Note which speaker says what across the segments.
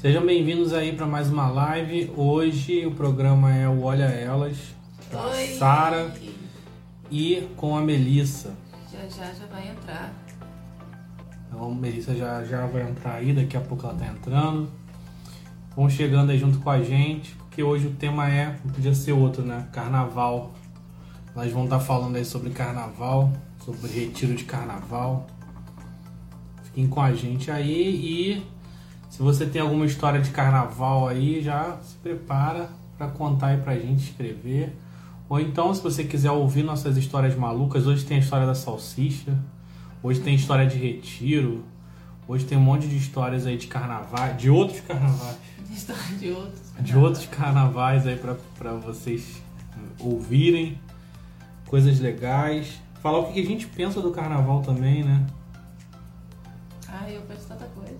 Speaker 1: Sejam bem-vindos aí para mais uma live. Hoje o programa é o Olha Elas, com a
Speaker 2: Oi.
Speaker 1: Sara e com a Melissa.
Speaker 2: Já já já vai entrar.
Speaker 1: Então, a Melissa já, já vai entrar aí, daqui a pouco ela tá entrando. Vão chegando aí junto com a gente, porque hoje o tema é, não podia ser outro, né? Carnaval. Nós vamos estar falando aí sobre carnaval, sobre retiro de carnaval. Fiquem com a gente aí e se você tem alguma história de carnaval aí, já se prepara para contar aí pra gente, escrever. Ou então, se você quiser ouvir nossas histórias malucas, hoje tem a história da salsicha, hoje tem história de retiro, hoje tem um monte de histórias aí de carnaval, de outros carnavais,
Speaker 2: História de outros.
Speaker 1: de outros carnavais aí pra- pra vocês ouvirem, coisas legais. Falar o que a gente pensa do carnaval também, né?
Speaker 2: Ai, eu penso tanta coisa.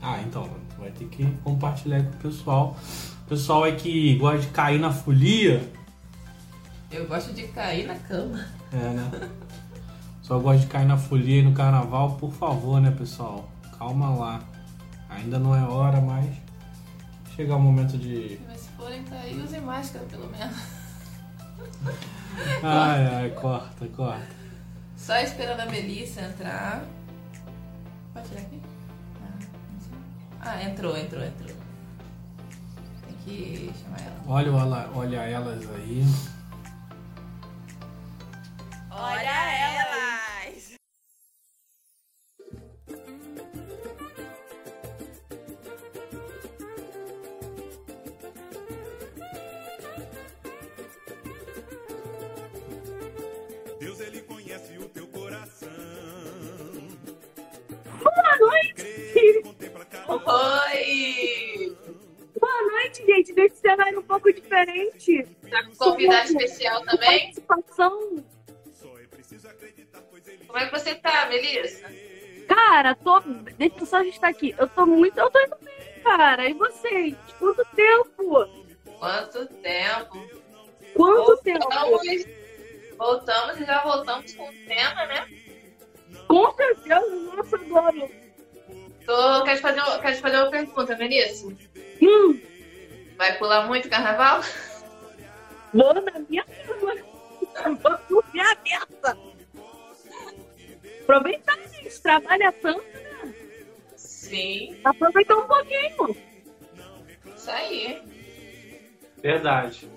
Speaker 1: Ah, então, vai ter que compartilhar com o pessoal. O pessoal é que gosta de cair na folia,
Speaker 2: Eu gosto de cair na cama.
Speaker 1: é, né? Só gosta de cair na folia e no carnaval, por favor, né, pessoal? Calma lá. Ainda não é hora, mas chegar o momento de.
Speaker 2: Mas se forem cair, usem máscara pelo menos.
Speaker 1: Ai, ai, corta, corta.
Speaker 2: Só esperando a Melissa entrar. Pode tirar aqui? Ah, não sei. Ah, entrou, entrou, entrou. Tem que chamar ela.
Speaker 1: Olha, o ela- olha elas aí.
Speaker 2: Olha elas!
Speaker 3: Deus ele conhece o teu coração. Crê, contempla cada
Speaker 2: Oi!
Speaker 4: Boa noite, gente. Nesse cenário um pouco diferente.
Speaker 2: Tá com convidado especial também?
Speaker 4: Participação.
Speaker 3: só é preciso acreditar, pois ele
Speaker 2: Como é que você tá, Melissa?
Speaker 4: Cara, tô. Deixa eu só ajustar aqui. Eu tô muito. Eu tô indo bem, cara. E vocês? Quanto tempo?
Speaker 2: Quanto tempo!
Speaker 4: Quanto tempo?
Speaker 2: Voltamos, voltamos e já voltamos com o tema, né?
Speaker 4: Com certeza, nossa, adoro.
Speaker 2: Tô, quero, te fazer, um- quero te fazer uma pergunta, Vinícius.
Speaker 4: Hum,
Speaker 2: Vai pular muito carnaval?
Speaker 4: vou na minha cama. Vou dormir aberta. Aproveitar, gente. Trabalha tanto.
Speaker 2: Sim,
Speaker 4: Aproveitar um pouquinho.
Speaker 2: isso aí.
Speaker 5: Verdade.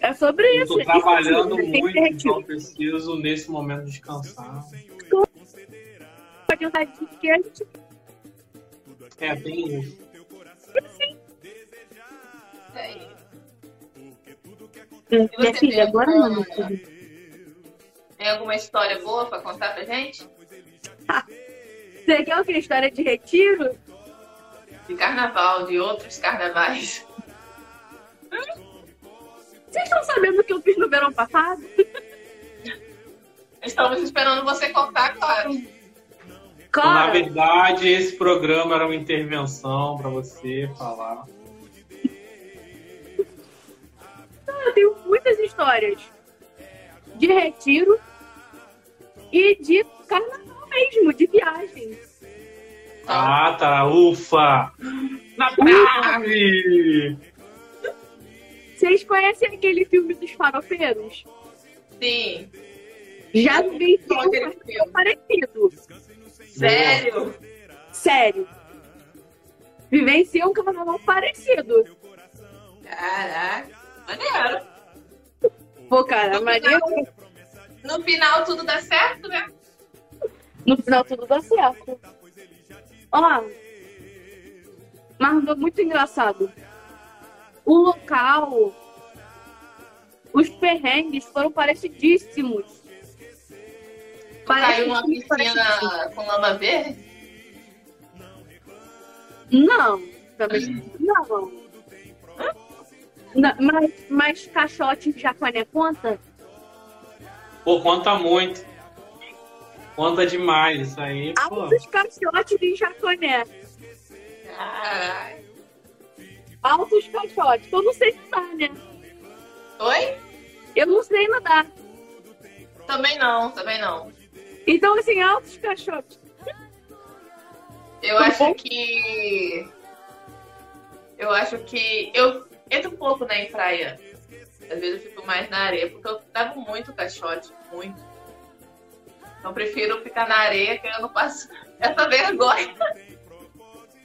Speaker 4: É sobre
Speaker 5: Eu
Speaker 4: isso.
Speaker 5: tô
Speaker 4: Isso,
Speaker 5: trabalhando
Speaker 4: tem que
Speaker 5: muito,
Speaker 4: ter retiro.
Speaker 5: então preciso nesse momento descansar.
Speaker 4: Pode usar de esquerda.
Speaker 5: É, tem isso.
Speaker 2: Isso aí.
Speaker 4: Hum, Minha
Speaker 2: você
Speaker 4: filha,
Speaker 2: mesmo,
Speaker 4: agora
Speaker 2: Ana?
Speaker 4: não, né? meu filho.
Speaker 2: Tem alguma história boa pra contar pra gente?
Speaker 4: Você quer o que? História de retiro?
Speaker 2: De carnaval, de outros carnavais.
Speaker 4: Vocês estão sabendo o que eu fiz no verão passado?
Speaker 2: Estamos esperando você contar agora.
Speaker 5: Na
Speaker 4: Cara,
Speaker 5: verdade, esse programa era uma intervenção pra você
Speaker 4: Tá.
Speaker 5: falar.
Speaker 4: eu tenho muitas histórias de retiro e de carnaval mesmo, de viagem.
Speaker 5: Ah, tá. Ufa! Na trave!
Speaker 4: Vocês conhecem aquele filme dos farofeiros?
Speaker 2: Sim.
Speaker 4: Já vi
Speaker 2: Como aquele
Speaker 4: filme
Speaker 2: filme.
Speaker 4: parecido.
Speaker 2: Sério?
Speaker 4: Sério. Vivenciei um carnaval parecido.
Speaker 2: Caraca. Maneiro.
Speaker 4: Pô, cara, Maria,
Speaker 2: No final tudo dá certo, né?
Speaker 4: no final tudo dá certo. Ó, mas foi muito engraçado. O local, os perrengues foram parecidíssimos.
Speaker 2: Caiu uma
Speaker 4: Parecidíssimos, parecidíssimos.
Speaker 2: piscina com lama verde?
Speaker 4: Não,
Speaker 2: Hum.
Speaker 4: também não. Não, mas, mas caixote de jaconé conta?
Speaker 5: Pô, conta muito. Conta demais isso aí.
Speaker 2: Ah,
Speaker 5: Pô,
Speaker 4: Altos caixotes de jaconé.
Speaker 2: Caraca.
Speaker 4: Altos caixotes. Eu não sei nadar, né?
Speaker 2: Oi?
Speaker 4: Eu não sei nadar.
Speaker 2: Também não, também não.
Speaker 4: Então, assim, altos caixotes.
Speaker 2: Eu
Speaker 4: Tá
Speaker 2: acho
Speaker 4: bom.
Speaker 2: que Eu acho que eu entro um pouco né, em praia. Às vezes eu fico mais na areia, porque eu trago muito caixote, muito. Então eu prefiro ficar na areia que eu não passo essa vergonha.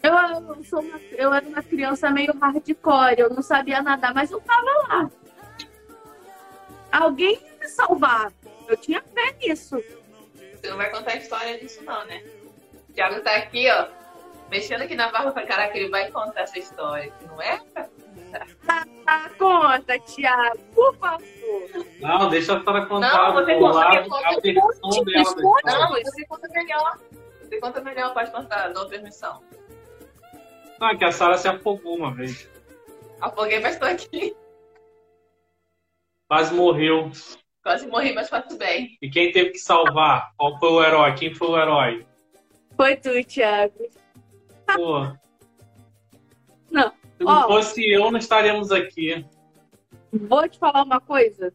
Speaker 4: Eu, eu sou uma- eu era uma criança meio hardcore, eu não sabia nadar, mas eu tava lá. Alguém ia me salvar. Eu tinha fé nisso.
Speaker 2: Você não vai contar a história disso não, né? O Thiago tá aqui, ó, mexendo aqui na barba pra caraca, ele vai contar essa história, que não é?
Speaker 4: Ah, conta, Tiago, por favor.
Speaker 1: Não, deixa a senhora
Speaker 2: Não,
Speaker 1: contar
Speaker 2: você
Speaker 1: do
Speaker 2: conta,
Speaker 1: lado,
Speaker 2: você
Speaker 1: a
Speaker 2: conta,
Speaker 1: versão dela.
Speaker 4: esconde,
Speaker 1: né? da
Speaker 4: esconde.
Speaker 1: história.
Speaker 2: Não, você conta melhor. Você conta melhor, pode contar, dou permissão.
Speaker 1: Não, é que a Sara se afogou uma vez.
Speaker 2: Afoguei, mas tô aqui.
Speaker 1: Quase morreu.
Speaker 2: Quase morri, mas faço bem.
Speaker 1: E quem teve que salvar? Qual foi o herói? Quem foi o herói?
Speaker 4: Foi tu, Tiago.
Speaker 1: Pô.
Speaker 4: Não,
Speaker 1: Se não
Speaker 4: Ó.
Speaker 1: fosse eu, não estaríamos aqui.
Speaker 4: vou te falar uma coisa.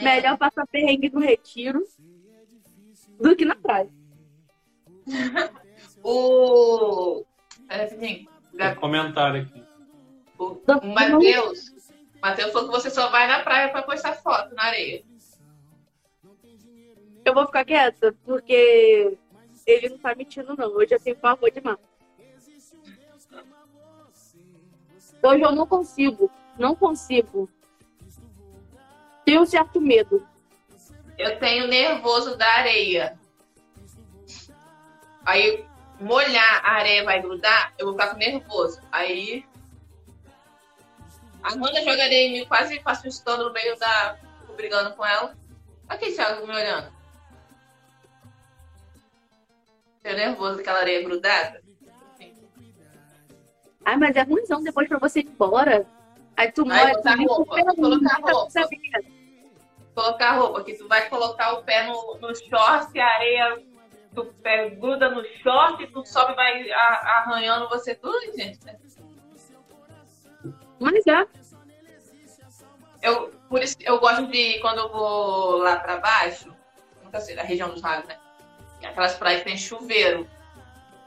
Speaker 4: Melhor passar perrengue no retiro do que na praia.
Speaker 2: O. É, assim,
Speaker 1: Tem comentário aqui.
Speaker 2: o o
Speaker 4: Uhum.
Speaker 2: Matheus. o Matheus falou que você só vai na praia pra postar foto na areia.
Speaker 4: Eu vou ficar quieta, porque ele não tá mentindo, não. Hoje eu tenho um pavor demais. Hoje eu não consigo, não consigo. Tenho um certo medo.
Speaker 2: Eu tenho nervoso da areia. Aí molhar a areia vai grudar, eu vou ficar com nervoso. Aí. A Amanda joga areia em mim, quase faço um escândalo no meio da. Fico brigando com ela. Aqui, Thiago, me olhando. Tenho nervoso daquela areia grudada.
Speaker 4: Ai, mas é ruimzão depois pra você ir embora. Aí tu
Speaker 2: Ai,
Speaker 4: mora
Speaker 2: botar
Speaker 4: tu
Speaker 2: roupa,
Speaker 4: fica
Speaker 2: colocar
Speaker 4: nunca
Speaker 2: roupa.
Speaker 4: sabia.
Speaker 2: colocar roupa, que tu vai colocar o pé no, no short, a areia, tu pé gruda no short, tu sobe e vai a- arranhando você tudo, gente.
Speaker 4: Mas é.
Speaker 2: Eu, por isso, que eu gosto de, quando eu vou lá pra baixo, nunca sei, da região dos lagos, né? Aquelas praias que tem chuveiro.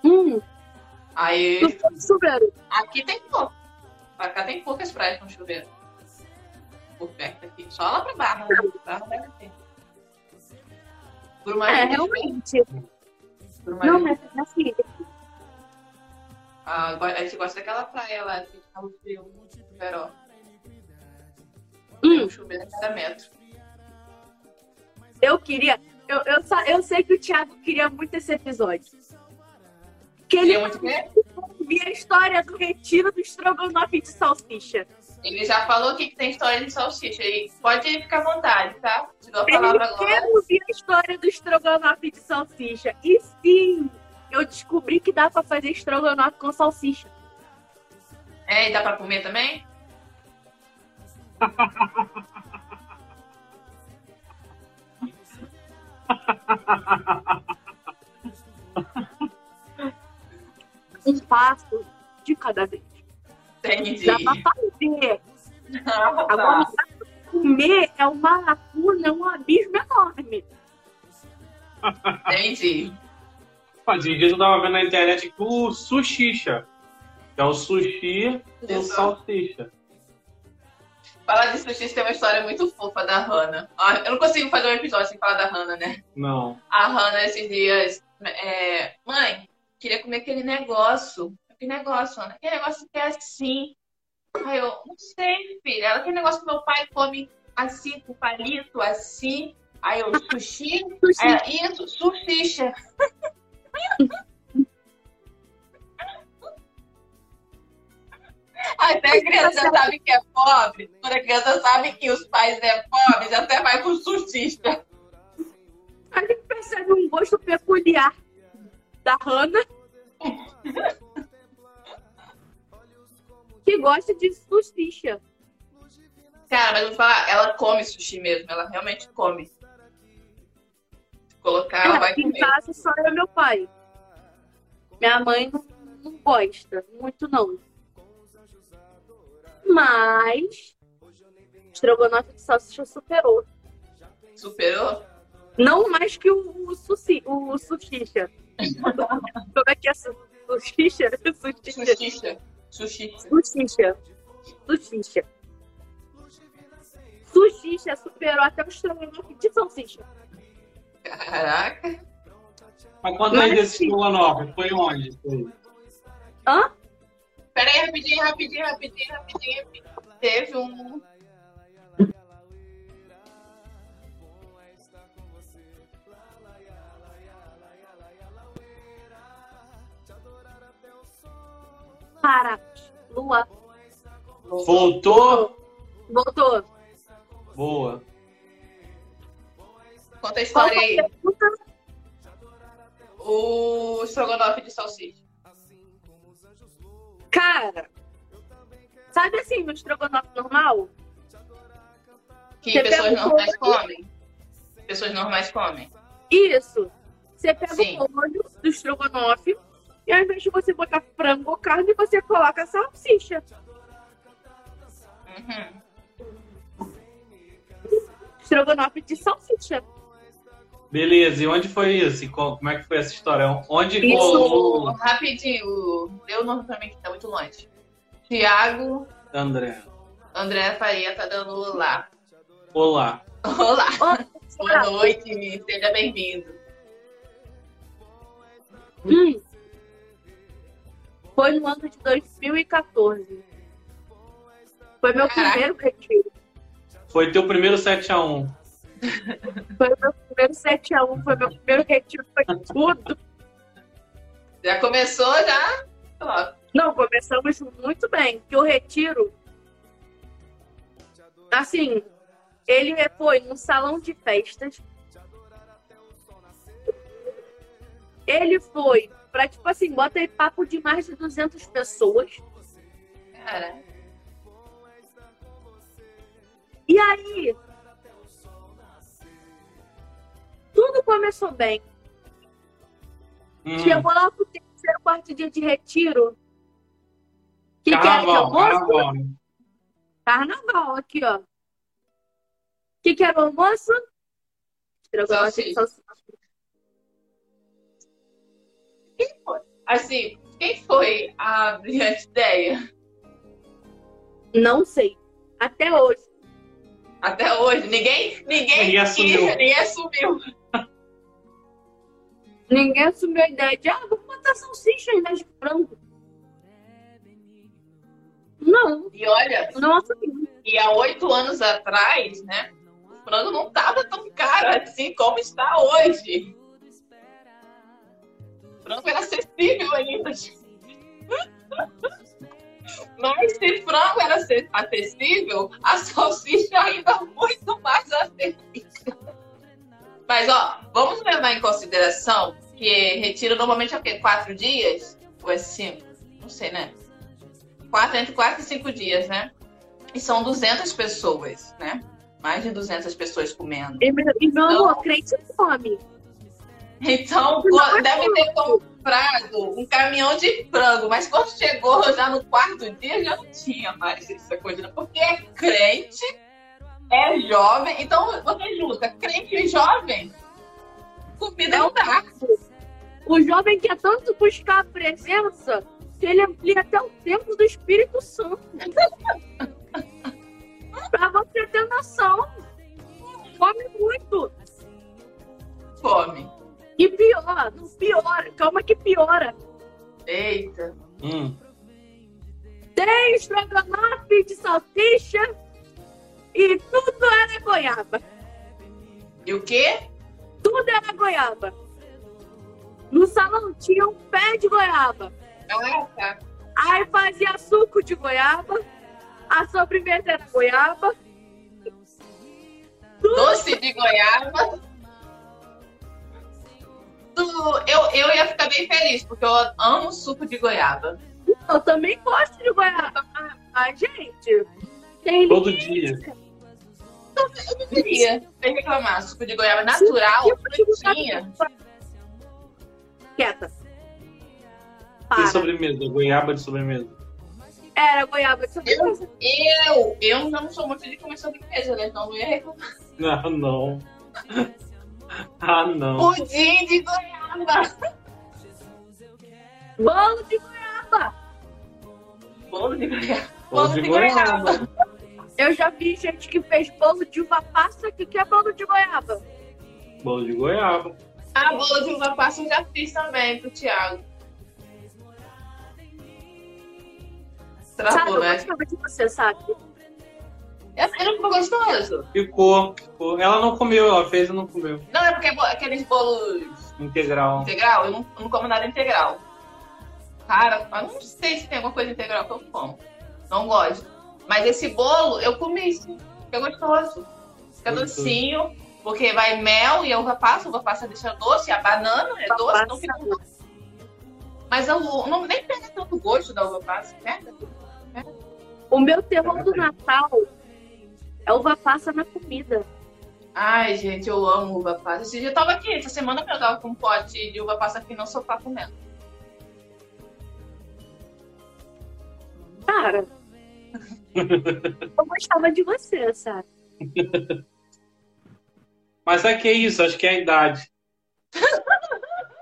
Speaker 4: Hum,
Speaker 2: Aí,
Speaker 4: tu foi de chuveiro.
Speaker 2: aqui tem pouco. Pra cá tem poucas praias com chuveiro. Por perto aqui. Só lá pra Barra. né? Barra vai ter.
Speaker 4: É,
Speaker 2: Brumadinho.
Speaker 4: realmente.
Speaker 2: Brumadinho.
Speaker 4: Não, mas assim,
Speaker 2: Ah, agora a gente gosta daquela praia lá que tá o frio, o verão.
Speaker 4: Hum.
Speaker 2: Hum. Chuveiro a cada metro.
Speaker 4: eu queria. Eu, eu, sa- eu sei que o Thiago queria muito esse episódio. Que ele
Speaker 2: Ele, é muito bem-
Speaker 4: via a história do retiro do estrogonofe de salsicha.
Speaker 2: ele já falou que tem história de salsicha. E pode ficar à vontade, tá? Te dou a
Speaker 4: Ele
Speaker 2: palavra
Speaker 4: quer
Speaker 2: agora.
Speaker 4: ouvir a história do estrogonofe de salsicha. E sim, eu descobri que dá pra fazer estrogonofe com salsicha.
Speaker 2: É, e dá pra comer também?
Speaker 4: Um passo de cada vez.
Speaker 2: Entendi.
Speaker 4: Dá pra fazer.
Speaker 2: Ah, tá.
Speaker 4: Agora, comer é uma lacuna, é um abismo enorme.
Speaker 2: Entendi.
Speaker 1: Esses dias eu tava vendo na internet que o sushicha, que é o sushi com
Speaker 2: Isso.
Speaker 1: salsicha.
Speaker 2: Falar de sushi tem uma história muito fofa da Hannah. Ah, eu não consigo fazer um episódio sem falar da Hannah, né?
Speaker 1: Não.
Speaker 2: A Hannah esses dias, é, mãe, queria comer aquele negócio. Que negócio, Ana? Que negócio que é assim? Aí eu, não sei, filha. Ela, que negócio que meu pai come assim, com palito, assim. Aí eu, sushi? Aí
Speaker 4: Sushi.
Speaker 2: ela, isso, suficha. Até a criança já sabe que é pobre. Quando a criança sabe que os pais é pobre, já até vai pro sushista.
Speaker 4: A gente percebe um gosto peculiar da Hannah. que gosta de salsicha.
Speaker 2: Cara, mas eu vou falar, ela come sushi mesmo, ela realmente come. Se colocar, ela
Speaker 4: Cara,
Speaker 2: vai
Speaker 4: aqui em
Speaker 2: comer.
Speaker 4: casa só eu e meu pai. Minha mãe não, não gosta muito, não. Mas estrogonofe de salsicha superou.
Speaker 2: Superou?
Speaker 4: Não mais que o, o, sushi, o sushicha. Como é que é su- sushicha? Sushicha.
Speaker 2: Sushi. Sushi.
Speaker 4: Sushicha. Sushicha. Sushicha superou até o estrogonofe de salsicha.
Speaker 2: Caraca.
Speaker 1: Mas quanto
Speaker 2: é
Speaker 1: aí
Speaker 4: Mas
Speaker 1: desse
Speaker 4: sim.
Speaker 1: estrogonofe? Foi onde?
Speaker 4: Hã?
Speaker 2: Pera aí, rapidinho, rapidinho, rapidinho, rapidinho. rapidinho. Teve um.
Speaker 4: Pará. Lua.
Speaker 1: Voltou?
Speaker 4: Voltou.
Speaker 1: Boa.
Speaker 2: Conta a
Speaker 4: Qual
Speaker 2: história
Speaker 4: foi
Speaker 2: aí.
Speaker 4: a pergunta?
Speaker 2: O estrogonofe de salsicha.
Speaker 4: Cara, sabe assim, no estrogonofe normal?
Speaker 2: Que
Speaker 4: Você
Speaker 2: pessoas
Speaker 4: pega um
Speaker 2: normais
Speaker 4: pouco-
Speaker 2: comem. Pessoas normais comem.
Speaker 4: Isso. Você pega
Speaker 2: Sim.
Speaker 4: o molho do estrogonofe e ao invés de você botar frango ou carne, você coloca salsicha.
Speaker 2: Uhum.
Speaker 4: Estrogonofe de salsicha.
Speaker 1: Beleza, e onde foi isso? E co- Como é que foi essa história? Onde
Speaker 4: Isso.
Speaker 1: rolou,
Speaker 2: Rapidinho. Deu o nome pra mim que tá muito longe. Tiago
Speaker 1: André?
Speaker 2: André Faria tá dando olá.
Speaker 1: Olá.
Speaker 2: Olá.
Speaker 4: Olá.
Speaker 2: Boa noite, seja bem-vindo.
Speaker 4: Hum. Foi no ano de 2014. Foi meu
Speaker 2: Caraca.
Speaker 4: primeiro retiro.
Speaker 1: Foi teu primeiro 7x1.
Speaker 4: Foi meu primeiro 7x1. Foi meu primeiro retiro. Foi tudo.
Speaker 2: Já começou, já? Ó,
Speaker 4: Não, começamos muito bem. Que o retiro, assim, ele foi num salão de festas. Ele foi pra, tipo assim, bota aí papo de mais de 200 pessoas.
Speaker 2: cara.
Speaker 4: E aí, tudo começou bem.
Speaker 1: Hum,
Speaker 4: Chegou lá pro terceiro, quarto dia de retiro. Que que era um de
Speaker 1: carnaval,
Speaker 4: almoço?
Speaker 1: carnaval. né?
Speaker 4: Carnaval, aqui, ó. O que, que era o almoço? Estrogonofe de salsicha.
Speaker 2: Assim, quem foi a brilhante ideia?
Speaker 4: Não sei. Até hoje.
Speaker 2: Até hoje, ninguém, ninguém,
Speaker 1: Ninguém assumiu.
Speaker 2: ninguém assumiu.
Speaker 4: Ninguém assumiu a ideia de, ah, vamos botar salsicha ao invés de frango. Não,
Speaker 2: E olha,
Speaker 4: não assumiu.
Speaker 2: e há oito anos atrás, né? O frango não tava tão caro assim como está hoje. O frango era é acessível ainda. Mas se frango era ace- acessível, a salsicha ainda é muito mais acessível. Mas, ó, vamos levar em consideração que retiro normalmente é o quê? Quatro dias? Ou é cinco? Não sei, né? Quatro, entre quatro e cinco dias, né? E são 200 pessoas, né? Mais de 200 pessoas comendo.
Speaker 4: E meu, e meu amor, crente come.
Speaker 2: Então, co- deve ter comprado um caminhão de frango, mas quando chegou já no quarto dia, já não tinha mais essa coisa, não. porque é crente, é jovem, então você junta crente e jovem, comida não dá.
Speaker 4: É um O jovem quer tanto buscar a presença que ele amplia até o tempo do Espírito Santo. pra você ter noção. Come muito.
Speaker 2: Come.
Speaker 4: E piora, não piora, calma que piora.
Speaker 2: Eita.
Speaker 1: Hum,
Speaker 4: Tem estrogonofe de salsicha e tudo era goiaba.
Speaker 2: E o quê?
Speaker 4: Tudo era goiaba. No salão tinha um pé de goiaba.
Speaker 2: Ah, tá.
Speaker 4: Aí fazia suco de goiaba. A sobremesa era goiaba.
Speaker 2: Doce de goiaba. Tu- Eu, eu ia ficar bem feliz, porque eu amo suco de goiaba.
Speaker 4: Eu também gosto de goiaba. mas, Ah, gente, tem
Speaker 1: todo dia.
Speaker 2: Eu queria sem reclamar, suco de goiaba natural,
Speaker 4: Eu prefiro
Speaker 2: Ah, frutinha.
Speaker 4: quieta.
Speaker 1: E
Speaker 4: Para.
Speaker 1: sobremesa, goiaba de sobremesa.
Speaker 4: Era goiaba de sobremesa.
Speaker 2: Eu, eu não sou muito de comer sobremesa, né? Então não ia reclamar.
Speaker 1: Ah, não. Ah, não.
Speaker 2: Pudim de goiaba.
Speaker 4: Bolo de
Speaker 2: Bolo de goiaba.
Speaker 1: Bolo de goiaba.
Speaker 4: Eu já vi gente que fez bolo de uva passa que quer bolo de goiaba.
Speaker 1: Bolo de goiaba.
Speaker 2: Ah, bolo de uva passa eu já fiz também pro Thiago.
Speaker 4: Sabe,
Speaker 2: Travou,
Speaker 4: eu
Speaker 2: né?
Speaker 4: gostava de você, sabe?
Speaker 2: É, não ficou gostoso?
Speaker 1: Ficou, ficou. Ela não comeu, ela fez e não comeu.
Speaker 2: Não, é porque é bo- aqueles bolos
Speaker 1: Integral.
Speaker 2: integral, eu não, eu não como nada integral. Cara, eu não sei se tem alguma coisa integral que eu como. Não gosto. Mas esse bolo, eu comi, sim. Fica gostoso. Fica
Speaker 1: Gostoso.
Speaker 2: docinho, porque vai mel e a uva passa, a uva passa deixa doce, a banana é
Speaker 4: Uva
Speaker 2: doce, não
Speaker 4: passa.
Speaker 2: fica doce. Mas eu não, nem pega tanto gosto da uva passa, né? pega.
Speaker 4: O meu terror do Natal é uva passa na comida.
Speaker 2: Ai, gente, eu amo uva passa. Esse dia eu tava aqui, essa semana eu tava com um pote de uva passa aqui no sofá comendo.
Speaker 4: Cara, eu gostava de você, sabe?
Speaker 1: Mas é que é isso, acho que é a idade.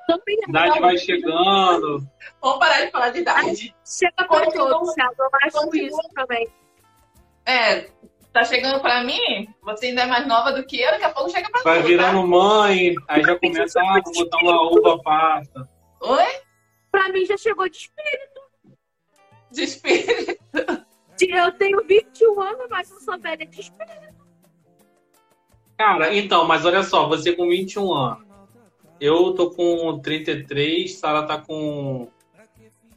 Speaker 4: Também é
Speaker 1: A idade vai chegando.
Speaker 2: Vamos parar de falar de idade.
Speaker 4: Chega pra
Speaker 2: Continua.
Speaker 4: todos, sabe? Eu acho
Speaker 2: Continua.
Speaker 4: isso também.
Speaker 2: É, tá chegando pra mim, você ainda é mais nova do que eu, daqui a pouco chega pra
Speaker 1: Vai
Speaker 2: tu, né?
Speaker 1: virando mãe, aí já começa a botar uma uva passa.
Speaker 2: Tá? Oi?
Speaker 4: Pra mim já chegou de espírito.
Speaker 1: um-
Speaker 2: De espírito.
Speaker 4: Eu tenho 21 anos, mas não sou velha de espírito.
Speaker 1: Cara, então, mas olha só, você com 21 anos. Eu tô com 33, Sara tá com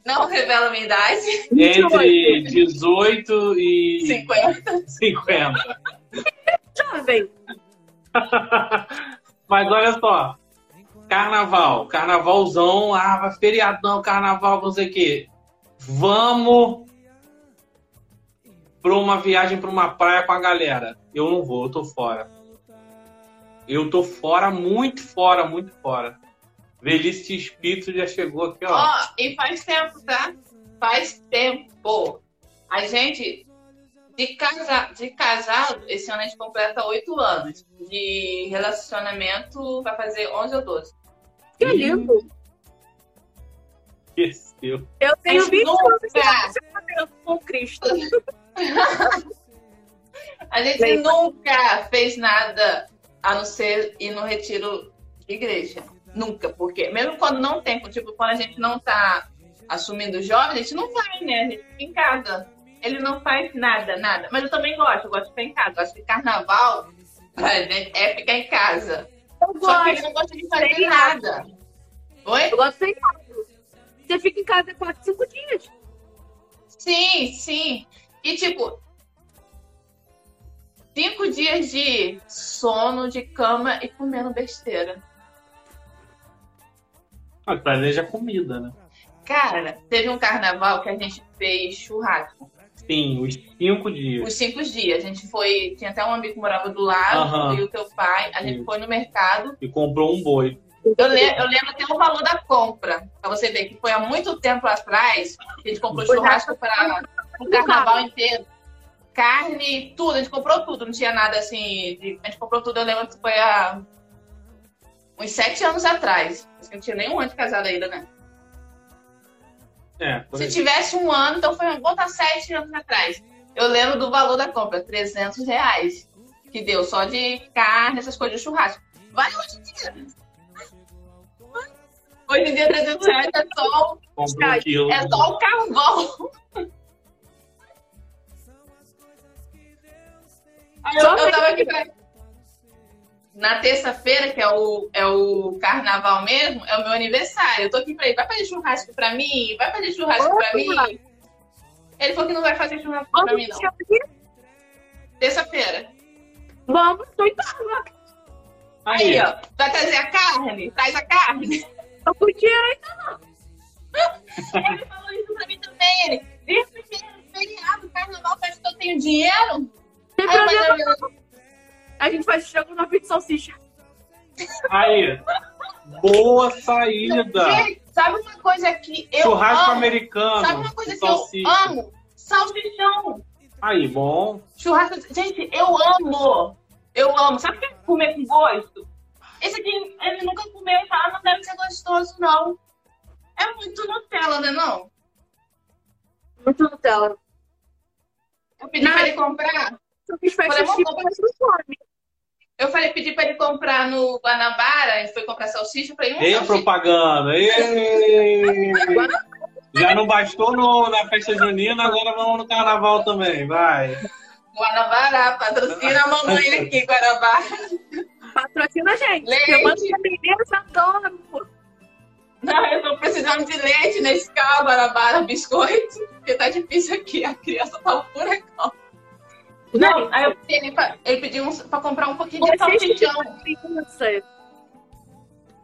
Speaker 2: Não revela minha idade.
Speaker 1: entre 18 e
Speaker 2: 50.
Speaker 1: 50.
Speaker 4: Jovem.
Speaker 1: Mas olha só, carnaval, carnavalzão, ah, vai feriadão, carnaval, não sei o quê. Vamos pra uma viagem pra uma praia com a galera. Eu não vou, eu tô fora. Eu tô fora, muito fora, muito fora. Velhice Espírito já chegou aqui, ó.
Speaker 2: Ó, e faz tempo, tá? Faz tempo. A gente, de, casa, de casado, esse ano a gente completa oito anos. De relacionamento, vai fazer 11 ou 12.
Speaker 4: Que lindo.
Speaker 1: Esqueceu.
Speaker 4: Eu tenho
Speaker 2: Mas é.
Speaker 4: 20 anos de
Speaker 2: nunca.
Speaker 4: relacionamento com Cristo.
Speaker 2: A gente
Speaker 4: Bem,
Speaker 2: nunca fez nada a não ser ir no retiro de igreja. Nunca, porque mesmo quando não tem, tipo, quando a gente não tá assumindo jovem, a gente não vai, né? A gente fica em casa. Ele não faz nada, nada. Mas eu também gosto, eu gosto de ficar em casa. Eu acho que carnaval pra gente é ficar em casa.
Speaker 4: Eu
Speaker 2: Só que ele
Speaker 4: gosto.
Speaker 2: não gosta de fazer
Speaker 4: Sei lá.
Speaker 2: nada. Oi?
Speaker 4: Eu gosto de nada. Você fica em casa 4, 5 dias.
Speaker 2: Sim, sim. E tipo, cinco dias de sono, de cama e comendo besteira.
Speaker 1: Ah, planeja comida, né?
Speaker 2: Cara, teve um carnaval que a gente fez churrasco.
Speaker 1: Sim, os cinco dias.
Speaker 2: Os cinco dias. A gente foi. Tinha até um amigo que morava do lado,
Speaker 1: Aham.
Speaker 2: e o teu pai. A gente
Speaker 1: Isso.
Speaker 2: foi no mercado.
Speaker 1: E comprou um boi.
Speaker 2: Eu, le- eu lembro até o valor da compra. Pra você ver que foi há muito tempo atrás que a gente comprou
Speaker 4: Foi
Speaker 2: churrasco para o carnaval é inteiro. Carne, tudo. A gente comprou tudo. Não tinha nada assim. de- A gente comprou tudo. Eu lembro que foi há uns sete anos atrás. Acho que não tinha nem um ano de casado ainda, né?
Speaker 1: É, por
Speaker 2: Se
Speaker 1: aí.
Speaker 2: tivesse um ano, então foi conta sete anos atrás. Eu lembro do valor da compra, 300 reais. Que deu só de carne, essas coisas, de churrasco. Vai hoje em dia. Hoje em dia, 300 reais é só,
Speaker 1: comprou um quilo.
Speaker 2: é só o carvão. Aí Eu, eu tava aqui pra... Na terça-feira, que é o, é o carnaval mesmo, é o meu aniversário. Eu tô aqui pra ele, vai fazer churrasco pra mim? Vai fazer churrasco pra mim? Ele falou que não vai fazer churrasco pra mim,
Speaker 4: Vamos,
Speaker 2: não.
Speaker 4: te abrir?
Speaker 2: Terça-feira.
Speaker 4: vamos, tô em
Speaker 2: Aí, ó. Vai trazer a carne? Traz a carne.
Speaker 4: Tô com dinheiro aí.
Speaker 2: Ele falou isso pra mim também. Ele, terça-feira, feriado, carnaval, parece que eu tenho dinheiro.
Speaker 4: Tem
Speaker 2: Aí eu
Speaker 4: problema.
Speaker 2: falei,
Speaker 4: A gente faz frango na pizza salsicha.
Speaker 1: Aí. Boa saída.
Speaker 2: Gente, sabe uma coisa que eu
Speaker 1: Churrasco
Speaker 2: amo?
Speaker 1: americano.
Speaker 2: Sabe uma coisa que
Speaker 1: salsicha.
Speaker 2: eu amo? Salsichão.
Speaker 1: Aí, bom.
Speaker 2: Churrasco. Gente, eu amo. Eu amo. Sabe o que é comer com gosto? Esse aqui, ele nunca comeu tá? e fala, não deve ser gostoso, não. É muito Nutella, né, não?
Speaker 4: Muito Nutella.
Speaker 2: Eu pedi
Speaker 4: Não.
Speaker 2: pra ele comprar.
Speaker 4: Eu fiz faz
Speaker 2: Falei,
Speaker 4: xixi,
Speaker 2: amor,
Speaker 4: mas não some.
Speaker 2: Eu falei, pedi pra ele comprar no Guanabara, ele foi comprar salsicha, eu falei,
Speaker 1: Ei, a
Speaker 2: não, salsicha.
Speaker 1: propaganda! Ei! Já não bastou no, na festa junina, agora vamos no carnaval também, vai.
Speaker 2: Guanabara, patrocina a mamãe aqui, Guanabara.
Speaker 4: Patrocina a gente.
Speaker 2: Leite.
Speaker 4: Eu mando pra menina, eu adoro. pô.
Speaker 2: Não, eu tô precisando de leite nesse carro, Guanabara, biscoito, porque tá difícil aqui, a criança tá um furacão. Não, aí eu pedi ele pra, ele pediu um, pra comprar um pouquinho de
Speaker 4: Vocês que
Speaker 2: salsichão.
Speaker 4: são criança,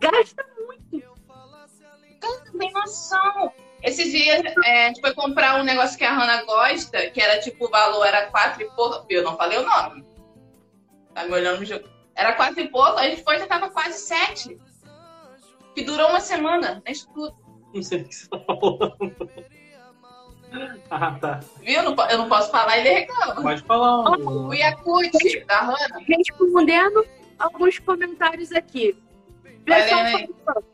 Speaker 4: Gasta
Speaker 2: Cara, não tem noção. Esses dias é, a gente foi comprar um negócio que a Hannah gosta, que era tipo, o valor era quatro e pouco. Eu não falei o nome. Tá me olhando no jogo. Era quatro e pouco, a gente foi e já tava quase sete. Que durou uma semana, nem tudo.
Speaker 1: Não sei o que você tá falando. Ah, tá.
Speaker 2: Viu? Não po- Eu não posso falar, ele reclama.
Speaker 1: Pode falar. um,
Speaker 2: O Yakut da Hannah.
Speaker 4: respondendo alguns comentários aqui. Pessoal
Speaker 2: Valeu, hein?
Speaker 4: falando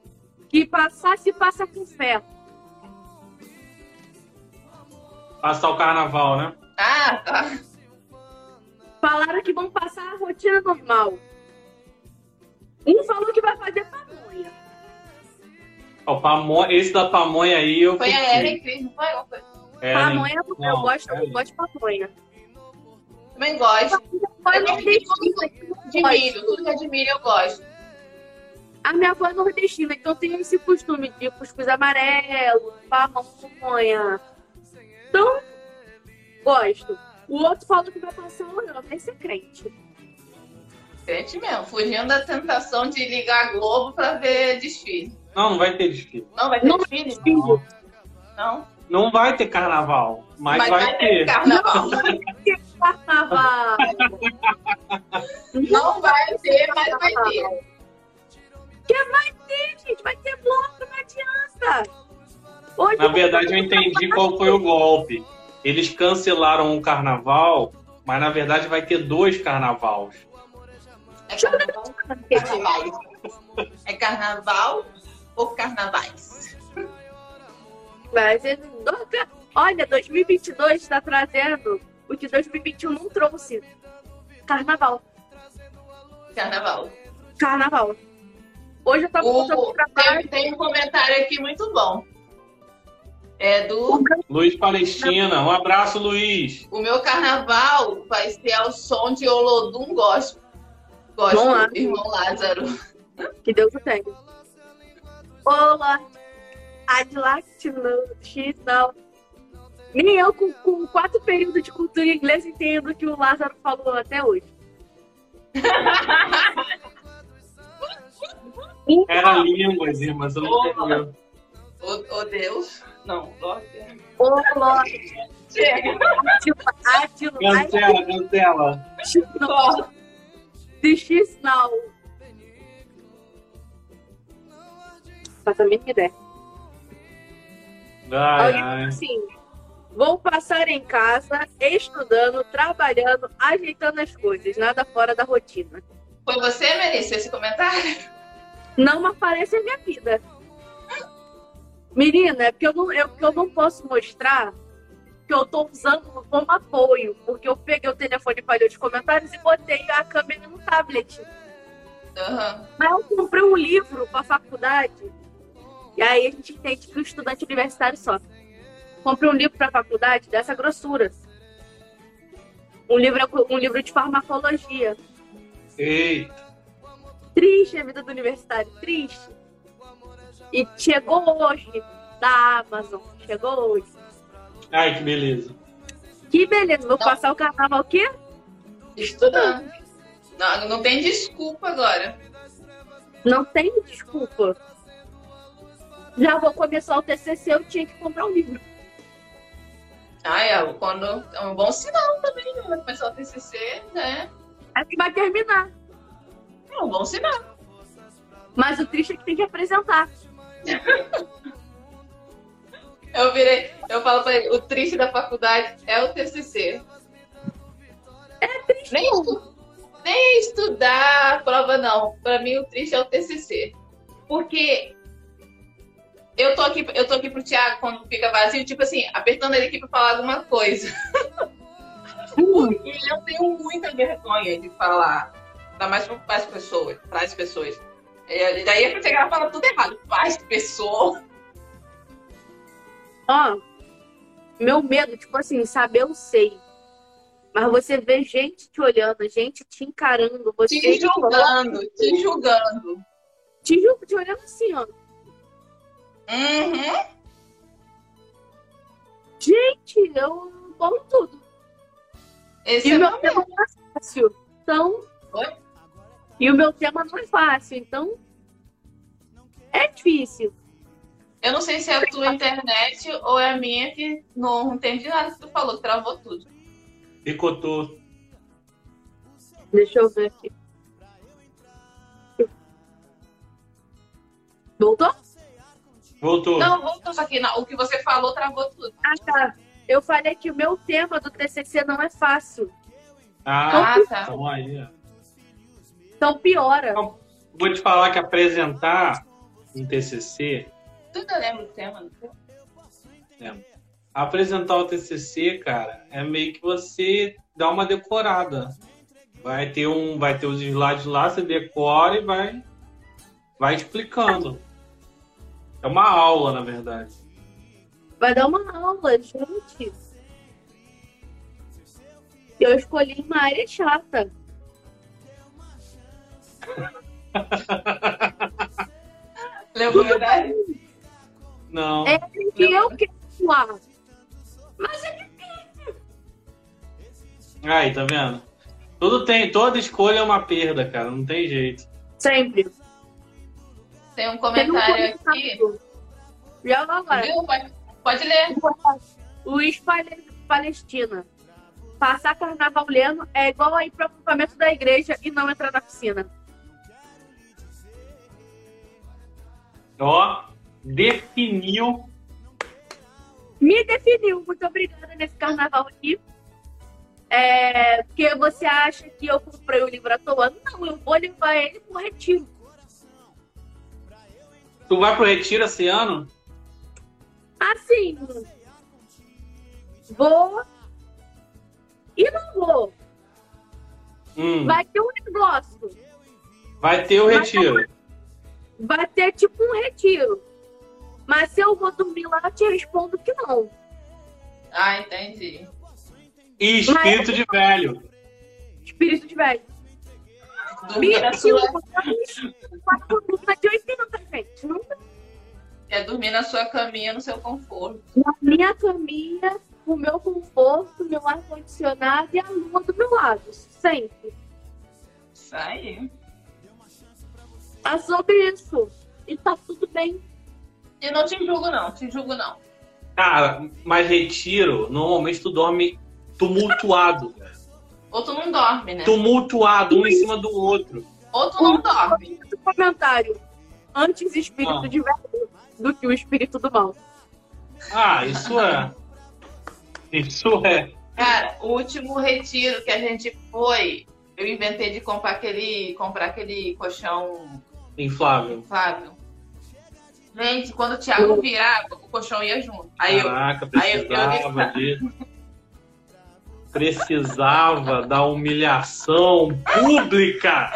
Speaker 4: que passar se passa com fé.
Speaker 1: Passar o carnaval, né?
Speaker 2: Ah, tá.
Speaker 4: Falaram que vão passar a rotina normal. Um falou que vai fazer pamonha.
Speaker 1: Ó, pamonha, esse da pamonha aí eu
Speaker 2: Foi
Speaker 1: curti.
Speaker 2: a Ellen Cris, não foi? Alguma coisa.
Speaker 1: Ellen.
Speaker 4: pamonha é eu
Speaker 1: É, né? Não,
Speaker 4: gosto,
Speaker 1: Ellen.
Speaker 4: eu gosto de pamonha.
Speaker 2: Também
Speaker 4: é
Speaker 2: gosto.
Speaker 4: Pamonha
Speaker 2: Eu gosto de
Speaker 4: nordestina.
Speaker 2: De milho, tudo que é de milho eu gosto.
Speaker 4: A minha avó é nordestina, então tem esse costume de cuscuz amarelo, pamonha. Então, gosto. O outro falou que vai passar o ano, vai ser crente.
Speaker 2: Gente mesmo, fugindo da tentação de ligar a Globo pra ver desfile.
Speaker 1: Não, não vai ter desfile.
Speaker 2: Não, vai ter
Speaker 4: Não
Speaker 2: desfile?
Speaker 4: filho,
Speaker 2: Não.
Speaker 1: Não vai ter carnaval, mas,
Speaker 2: Mas
Speaker 1: vai,
Speaker 2: vai
Speaker 1: ter.
Speaker 2: Carnaval.
Speaker 4: carnaval.
Speaker 2: Não vai ter, mas vai ter.
Speaker 4: Que vai ter, gente, vai ter bloco, não adianta. Hoje
Speaker 1: Na verdade, eu entendi qual foi o golpe. Eles cancelaram o carnaval, mas na verdade vai ter dois carnavals.
Speaker 2: É carnaval. Carnavais. É carnaval ou carnavais?
Speaker 4: Mas eles não- Olha, 2022 está tá trazendo o que 2021 não trouxe. Carnaval.
Speaker 2: Carnaval.
Speaker 4: Carnaval. Hoje eu tava voltando
Speaker 2: O,
Speaker 4: pra
Speaker 2: tem,
Speaker 4: casa.
Speaker 2: tem um comentário aqui muito bom. É do.
Speaker 1: Luiz Palestina, um abraço, Luiz.
Speaker 2: O meu carnaval vai ser ao som de Olodum Gospel.
Speaker 4: Bom
Speaker 2: Gospel,
Speaker 4: Lázaro.
Speaker 2: irmão Lázaro.
Speaker 4: Que Deus o tenha. Olá. I'd like to know, she's now. Nem eu, com, com quatro períodos de cultura inglesa, entendo o que o Lázaro falou até hoje.
Speaker 1: Era línguas, irmãs. Eu não entendi.
Speaker 2: Ô ô Deus. Não, ó Deus.
Speaker 4: Olá.
Speaker 2: Chega.
Speaker 4: I'd like
Speaker 1: Cancela, cancela.
Speaker 4: to know.
Speaker 2: Só.
Speaker 4: de X Now. Faço a mínima ideia.
Speaker 1: Ai,
Speaker 4: Alguém
Speaker 1: ai.
Speaker 4: assim, vou passar em casa, estudando, trabalhando, ajeitando as coisas, nada fora da rotina.
Speaker 2: Foi você, Melissa, esse comentário?
Speaker 4: Não aparece a minha vida. Menina, é porque eu não, é porque eu não posso mostrar que eu tô usando como apoio, porque eu peguei o telefone para ler os comentários e botei a câmera no tablet.
Speaker 2: Aham.
Speaker 4: Mas eu comprei um livro pra faculdade. E aí a gente entende que o estudante universitário só. Comprei um livro pra faculdade dessa grossura. Um livro, um livro de farmacologia.
Speaker 1: Ei,
Speaker 4: Triste a vida do universitário, triste. E chegou hoje, da Amazon. Chegou hoje.
Speaker 1: ai, que beleza.
Speaker 4: Que beleza, vou passar o carnaval o quê?
Speaker 2: Estudando. Não, não tem desculpa agora.
Speaker 4: Não tem desculpa. Já vou começar o TCC, eu tinha que comprar um livro.
Speaker 2: Ah, é, quando, é um bom sinal também, né? Vai começar o TCC, né?
Speaker 4: É que vai terminar.
Speaker 2: É um bom sinal.
Speaker 4: Mas o triste é que tem que apresentar.
Speaker 2: Eu virei, eu falo pra ele, o triste da faculdade é o TCC. É triste. Nem, estu- nem estudar a prova, não. Pra mim, o triste é o TCC. Porque eu tô aqui, eu tô aqui pro Thiago quando fica vazio, tipo assim, apertando ele aqui pra falar alguma coisa. Porque eu tenho muita vergonha de falar. Ainda mais para as pessoas, para as pessoas. É, daí é pra chegar e falar tudo errado. Faz pessoa.
Speaker 4: Ó, meu medo, tipo assim, sabe, eu sei. Mas você vê gente te olhando, gente te encarando, você tipo,
Speaker 2: Te julgando, te julgando.
Speaker 4: te, ju- te olhando assim, ó.
Speaker 2: Uhum.
Speaker 4: Gente, eu como tudo.
Speaker 2: Esse
Speaker 4: E
Speaker 2: é
Speaker 4: o
Speaker 2: meu
Speaker 4: meu tema não é fácil. Então.
Speaker 2: Oi?
Speaker 4: E o meu tema não é fácil, então. É difícil.
Speaker 2: Eu não sei se é a tua internet ou é a minha que não entendi nada que tu falou, travou tudo.
Speaker 1: Picotou.
Speaker 4: Deixa eu ver aqui. Voltou?
Speaker 1: Voltou.
Speaker 2: Não, voltou só que não, o que você falou travou tudo.
Speaker 4: Ah, tá. Eu falei que o meu tema do TCC não é fácil.
Speaker 1: Ah,
Speaker 2: Ah, tá.
Speaker 1: então aí. ó.
Speaker 4: Então piora.
Speaker 1: Vou te falar que apresentar um TCC,
Speaker 2: Tu não lembra o tema? não tem?
Speaker 1: apresentar o TCC, cara, é meio que você dá uma decorada. Vai ter um, vai ter os slides lá, você decora e vai vai explicando. É uma aula, na verdade.
Speaker 4: Vai dar uma aula, é gente. Eu escolhi uma área chata.
Speaker 2: Lembrou da
Speaker 1: Não.
Speaker 4: É que eu quero atuar. é
Speaker 1: Aí, tá vendo? Tudo tem, toda escolha é uma perda, cara, não tem jeito.
Speaker 4: Sempre.
Speaker 2: Tem um
Speaker 4: Teve um
Speaker 2: comentário aqui.
Speaker 4: comentário. Já lá agora.
Speaker 2: Viu? Pode, pode ler.
Speaker 4: Luiz Pale- Palestina. Passar carnaval lendo é igual a ir pro acampamento da igreja e não entrar na piscina.
Speaker 1: Ó, definiu.
Speaker 4: Me definiu. Muito obrigada nesse carnaval aqui. É, porque você acha que eu comprei o livro à toa? Não, eu vou levar ele pro retiro.
Speaker 1: Tu vai pro retiro esse ano?
Speaker 4: Assim, vou e não vou.
Speaker 1: Hum, vai.
Speaker 4: Vai ter um negócio.
Speaker 1: ter o
Speaker 4: Vai-
Speaker 1: retiro.
Speaker 4: Vai ter tipo um retiro. Mas se eu vou dormir lá, eu te respondo que não.
Speaker 2: Ah, entendi.
Speaker 1: E espírito de velho.
Speaker 4: Espírito de velho.
Speaker 2: Dormir na sua,
Speaker 4: Quatro coluna um de 80, gente. Não tem.
Speaker 2: é dormir na sua caminha, no seu conforto.
Speaker 4: Na minha caminha, o meu conforto, meu ar-condicionado e a lua do meu lado. Sempre.
Speaker 2: Isso aí.
Speaker 4: É sobre isso. E tá tudo bem.
Speaker 2: E não te julgo, não. Te julgo, não.
Speaker 1: Cara, mas retiro, normalmente tu dorme tumultuado. cara.
Speaker 2: Ou tu não dorme, né?
Speaker 1: Tumultuado, um em cima do outro.
Speaker 2: Ou tu não dorme.
Speaker 4: Outro comentário. Antes espírito
Speaker 1: Ah.
Speaker 4: de velho do que o espírito do mal.
Speaker 1: Ah, isso é. Isso é.
Speaker 2: Cara, o último retiro que a gente foi, eu inventei de comprar aquele, comprar aquele colchão
Speaker 1: Inflável.
Speaker 2: inflável. Gente, quando o Thiago virava, o colchão ia junto. Aí eu,
Speaker 1: Caraca,
Speaker 2: aí eu-
Speaker 1: precisava disso. Precisava da humilhação pública.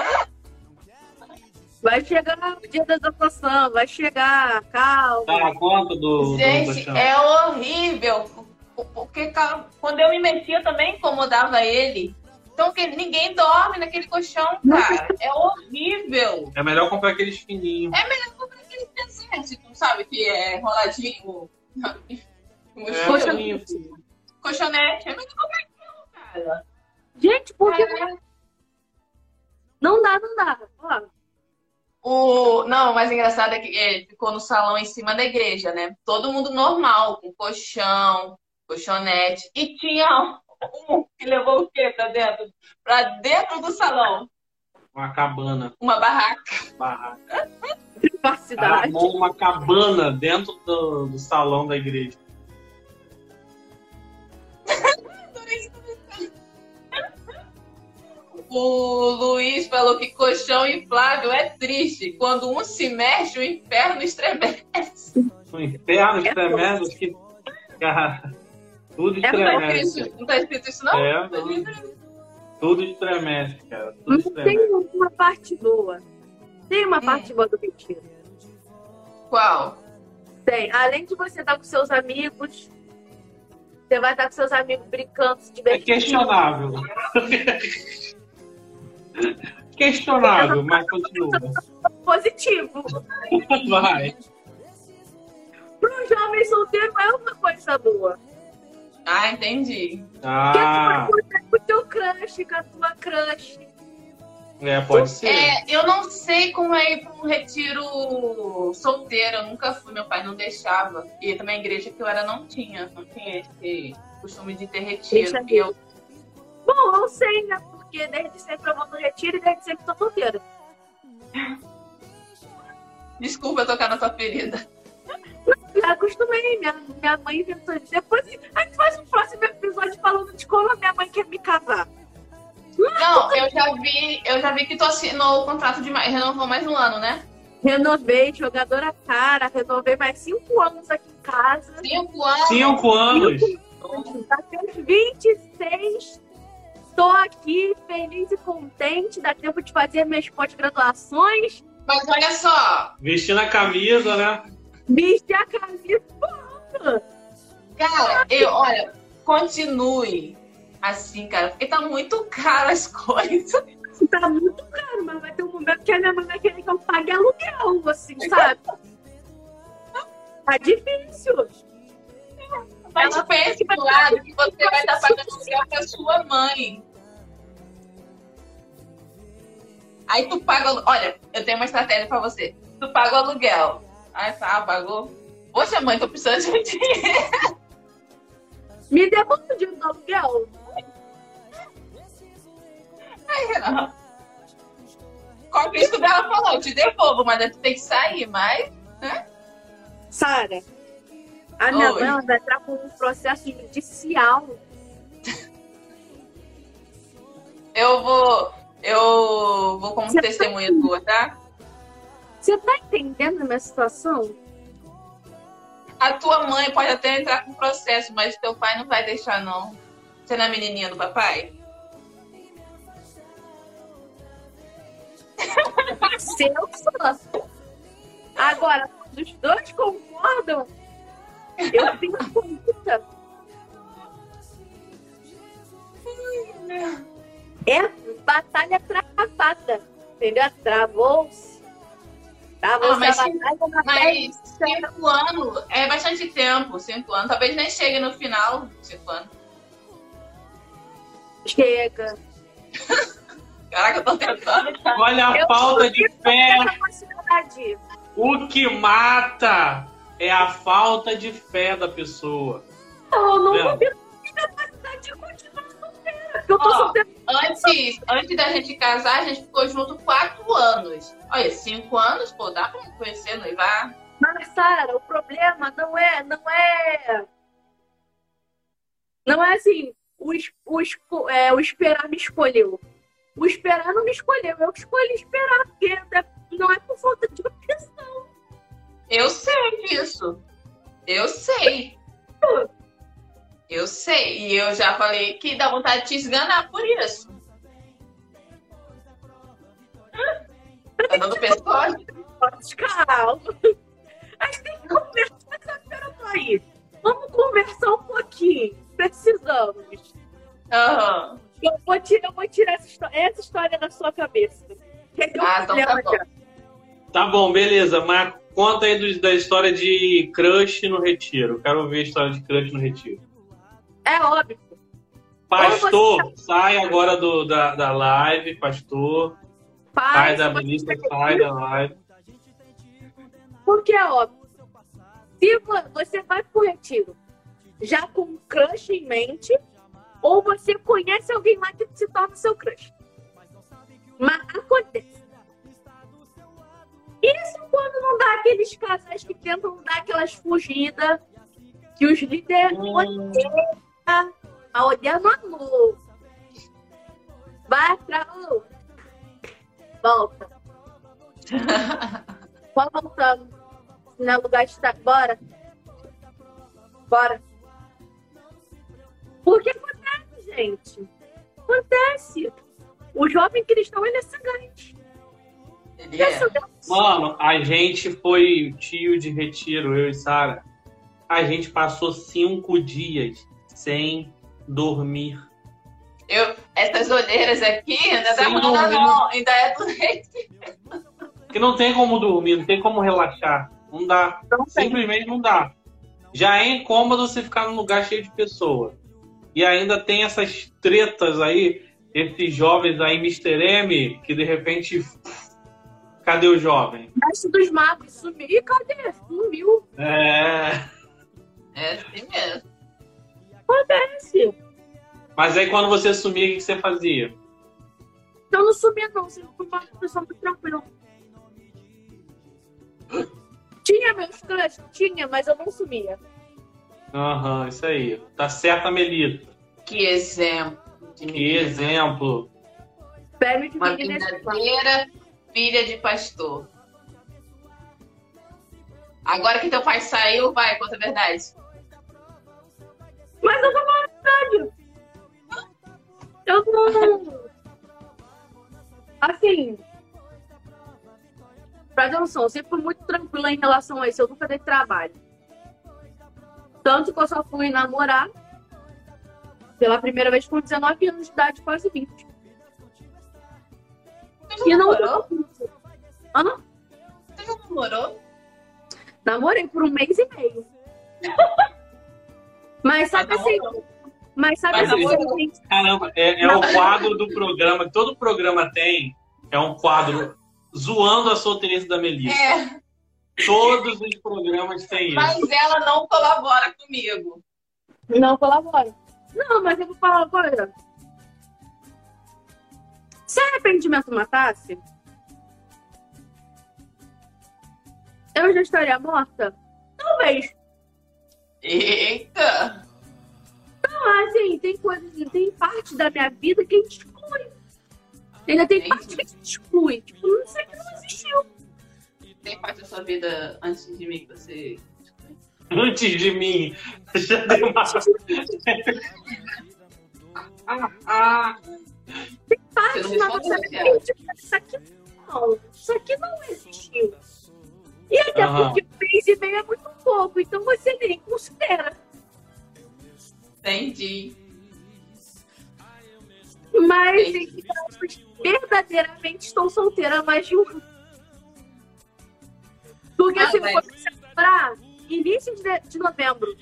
Speaker 4: Vai chegar o dia da exaltação, vai chegar, calma.
Speaker 1: Tá na conta do. do
Speaker 2: Gente,
Speaker 1: colchão.
Speaker 2: é horrível. Porque cara, quando eu me metia também incomodava ele. Então que ninguém dorme naquele colchão, cara. É horrível.
Speaker 1: É melhor comprar aqueles fininhos.
Speaker 2: Aquele presente, não sabe que é enroladinho. Como
Speaker 1: É,
Speaker 2: chama?
Speaker 1: fininho.
Speaker 2: Colchonete. É melhor comprar aquilo, cara.
Speaker 4: Gente, porque
Speaker 2: Caraca.
Speaker 4: não dá, não dá.
Speaker 1: Ah,
Speaker 4: Ó,
Speaker 2: O... Não, o mais engraçado é que ele ficou no salão em cima da igreja, né? Todo mundo normal, com colchão, colchonete. E tinha um que levou o quê pra dentro? Pra dentro do salão.
Speaker 1: Uma cabana.
Speaker 2: uma barraca.
Speaker 1: Barraca. Ela
Speaker 4: privacidade.
Speaker 1: armou uma cabana dentro do, do salão da igreja.
Speaker 2: O Luiz falou que colchão inflável é triste. Quando um se mexe, o inferno estremece.
Speaker 1: Um inferno de
Speaker 4: É
Speaker 1: tremendos que. Cara, tudo de
Speaker 4: É
Speaker 2: Não tá
Speaker 1: tremendos.
Speaker 2: escrito, não tá escrito isso, não?
Speaker 1: É, tudo de tremendos, cara. Tudo
Speaker 4: Mas
Speaker 1: de É
Speaker 4: tem
Speaker 1: tremendos.
Speaker 4: uma parte boa. Tem uma parte boa do retiro.
Speaker 2: Qual?
Speaker 4: Tem. Além de você estar com seus amigos, você vai estar com seus amigos brincando, se
Speaker 1: É
Speaker 4: divertindo.
Speaker 1: questionável. questionável, mas continua.
Speaker 4: Positivo.
Speaker 1: Vai.
Speaker 4: Para um jovem solteiro é uma coisa boa.
Speaker 2: Ah, entendi.
Speaker 4: Porque tipo, é
Speaker 1: Ah,
Speaker 4: tu vai contar com o teu crush, com a tua crush.
Speaker 1: é, pode ser.
Speaker 2: É, eu não sei como é ir pra um retiro solteiro. Eu nunca fui, meu pai não deixava. E também a igreja que eu era não tinha. Não tinha esse costume de ter retiro.
Speaker 4: Deixa
Speaker 2: E eu,
Speaker 4: Bom, eu sei, né? Porque desde sempre eu vou no retiro e desde sempre tô solteira.
Speaker 2: desculpa tocar na sua ferida.
Speaker 4: Já acostumei, minha, minha mãe inventou isso. Depois a gente faz um próximo episódio falando de como a minha mãe quer me casar.
Speaker 2: Não, eu já vi, eu já vi que tu assinou o contrato de mais, renovou mais um ano, né?
Speaker 4: Renovei, jogadora cara, renovei mais cinco anos aqui em casa.
Speaker 2: Cinco anos.
Speaker 1: Cinco anos.
Speaker 4: Até os 26, estou aqui feliz e contente. Dá tempo de fazer minhas pós-graduações,
Speaker 2: Mas olha só,
Speaker 1: Vestindo a camisa, né?
Speaker 4: vestir a camisa.
Speaker 2: cara, eu, olha, continue assim, cara, porque tá muito caro as coisas.
Speaker 4: Tá muito caro, mas vai ter um momento que a minha mãe vai querer que eu pague aluguel, assim, sabe? Tá difícil.
Speaker 2: Mas
Speaker 4: Ela
Speaker 2: pense
Speaker 4: vai-
Speaker 2: do lado que você vai estar pagando aluguel pra sua mãe. Aí tu paga. o- Olha, eu tenho uma estratégia pra você. Tu paga o aluguel. Aí tá, pagou. Poxa, mãe, tô precisando de um dinheiro.
Speaker 4: Me devolve o dinheiro do aluguel.
Speaker 2: Não. Qual que isso dela falou? Eu te devolvo, mas aí tu tem que sair, mas.
Speaker 4: Sara, a minha
Speaker 2: Oi.
Speaker 4: mãe ela vai entrar com um processo judicial.
Speaker 2: Eu vou. Eu vou como
Speaker 4: Você
Speaker 2: testemunha tua, tá?
Speaker 4: Você tá entendendo a minha situação?
Speaker 2: A tua mãe pode até entrar com processo, mas teu pai não vai deixar, não. Você não é menininha do papai?
Speaker 4: Seu sócio. Agora, quando os dois concordam, eu tenho conta. É batalha travada. Entendeu? Travou-se. Travou-se
Speaker 2: Ah, mas
Speaker 4: a
Speaker 2: se-
Speaker 4: batalha na
Speaker 2: Mas
Speaker 4: terra.
Speaker 2: cinco anos é bastante tempo, cinco anos. Talvez nem chegue no final, cinco anos.
Speaker 4: Chega.
Speaker 2: Caraca, eu tô tentando.
Speaker 1: Olha a
Speaker 4: Eu-
Speaker 1: falta de fé.
Speaker 4: Essa capacidade.
Speaker 1: O que mata é a falta de fé da pessoa.
Speaker 4: Não, eu não
Speaker 1: Não.
Speaker 4: vou ter capacidade de continuar solteira. Porque eu tô
Speaker 2: Ó.
Speaker 4: solteira.
Speaker 2: Antes, antes da gente casar, a gente ficou junto quatro anos. Olha, cinco anos, pô, dá pra conhecer, noivar.
Speaker 4: Mas, Sara, o problema não é, não é. Não é assim, o, es- o, esco- é, o esperar me escolheu. O esperar não me escolheu, eu que escolhi esperar, porque até- não é por falta de opção.
Speaker 2: Eu sei disso. Eu sei. Eu sei. E eu já falei que dá vontade de te esganar por isso. Tá dando pescoço?
Speaker 4: Calma. A gente tem que conversar essa pera aí. Vamos conversar um pouquinho. Precisamos.
Speaker 2: Aham.
Speaker 4: Eu vou tirar, eu vou tirar essa, histó- essa história da sua cabeça. Que é um
Speaker 2: Ah, então tá
Speaker 4: problema
Speaker 2: bom.
Speaker 4: já.
Speaker 1: Tá bom, beleza, mas conta aí dos- da história de crush no retiro. Quero ouvir a história de crush no retiro.
Speaker 4: É óbvio.
Speaker 1: Pastor, sai agora do, da, da live, pastor. Sai
Speaker 4: Paz,
Speaker 1: da
Speaker 4: mas-
Speaker 1: ministra, sai da live.
Speaker 4: Porque é óbvio. Se vo- você vai pro retiro já com um crush em mente, ou você conhece alguém lá que se torna seu crush. Mas acontece. Isso quando não dá aqueles casais que tentam dar aquelas fugidas que os líderes
Speaker 1: Hum.
Speaker 4: odeiam, mas odeiam no amor. Vai pra. ô, Volta. Só voltando. no é lugar de estar. Bora. Bora. Porque acontece, gente. Acontece. O jovem cristão ele é cegante.
Speaker 2: Ele
Speaker 4: Ele é
Speaker 2: é.
Speaker 4: cegante.
Speaker 1: Mano, a gente foi tio de retiro, eu e Sara. A gente passou cinco dias sem dormir.
Speaker 2: Eu, essas olheiras aqui ainda dá
Speaker 1: Sem
Speaker 2: mal, não,
Speaker 1: dúvida.
Speaker 2: não. Ainda é do jeito.
Speaker 1: Porque não tem como dormir, não tem como relaxar. Não dá. Simplesmente não dá. Já é incômodo você ficar num lugar cheio de pessoa. E ainda tem essas tretas aí, esses jovens aí, Mr. M, que de repente. Cadê o jovem?
Speaker 4: Mestre dos magos sumiu. Ih, cadê? Sumiu.
Speaker 1: É.
Speaker 2: É assim mesmo.
Speaker 4: Acontece.
Speaker 1: Mas aí quando você sumia, o que que você fazia?
Speaker 4: Então não sumia, não. Você foi uma pessoa muito tranquila. Tinha meus crush? Tinha, mas eu não sumia.
Speaker 1: Aham, isso aí. Tá certa, Melita.
Speaker 2: Que exemplo. de
Speaker 1: Que
Speaker 2: menina.
Speaker 1: exemplo.
Speaker 4: Verme de
Speaker 2: Uma
Speaker 4: menina é sexual.
Speaker 2: verdadeira filha de pastor. Agora que teu pai saiu, vai, conta a verdade.
Speaker 4: Mas eu tô falando sério. Eu não. Assim. Presta atenção, eu sempre fui muito tranquila em relação a isso. Eu nunca dei trabalho. Tanto que eu só fui namorar pela primeira vez com 19 anos de idade, quase 20.
Speaker 2: Você
Speaker 4: E
Speaker 2: já
Speaker 4: não.
Speaker 2: namorou?
Speaker 4: Hã?
Speaker 2: Você já namorou?
Speaker 4: Namorei por um mês e meio. Mas sabe
Speaker 2: Mas
Speaker 4: assim.
Speaker 2: namorou.
Speaker 4: Mas sabe
Speaker 1: Mas
Speaker 4: assim,
Speaker 2: namorou.
Speaker 4: gente,
Speaker 1: Caramba, é, é o quadro do programa, que todo programa tem, é um quadro zoando a solteirice da Melita.
Speaker 2: É,
Speaker 1: Todos os programas têm isso.
Speaker 2: mas ela não colabora comigo.
Speaker 4: Não colabora. Não, mas eu vou falar uma coisa. Se arrependimento matasse, eu já estaria morta? Talvez.
Speaker 2: Eita!
Speaker 4: Não, assim, tem coisas, tem parte da minha vida que a gente exclui. Ainda tem
Speaker 2: Entendi.
Speaker 4: parte que a gente exclui. Tipo, não sei que não existiu.
Speaker 2: Tem parte da sua vida antes de mim que você.
Speaker 1: Antes de mim, já deu uma... Ah,
Speaker 4: Parte
Speaker 2: Você não
Speaker 4: da
Speaker 2: é.
Speaker 4: nossa
Speaker 2: respondeu, Thiago.
Speaker 4: vida. que Isso aqui não. Isso aqui não existiu. E até
Speaker 1: Aham.
Speaker 4: porque um mês e meio é muito pouco, então você nem considera.
Speaker 2: Entendi.
Speaker 4: Mas, entre aspas, verdadeiramente estou solteira há mais de um ano. Porque
Speaker 2: Ah,
Speaker 4: assim, eu
Speaker 2: mas-
Speaker 4: comecei a namorar início de, de novembro.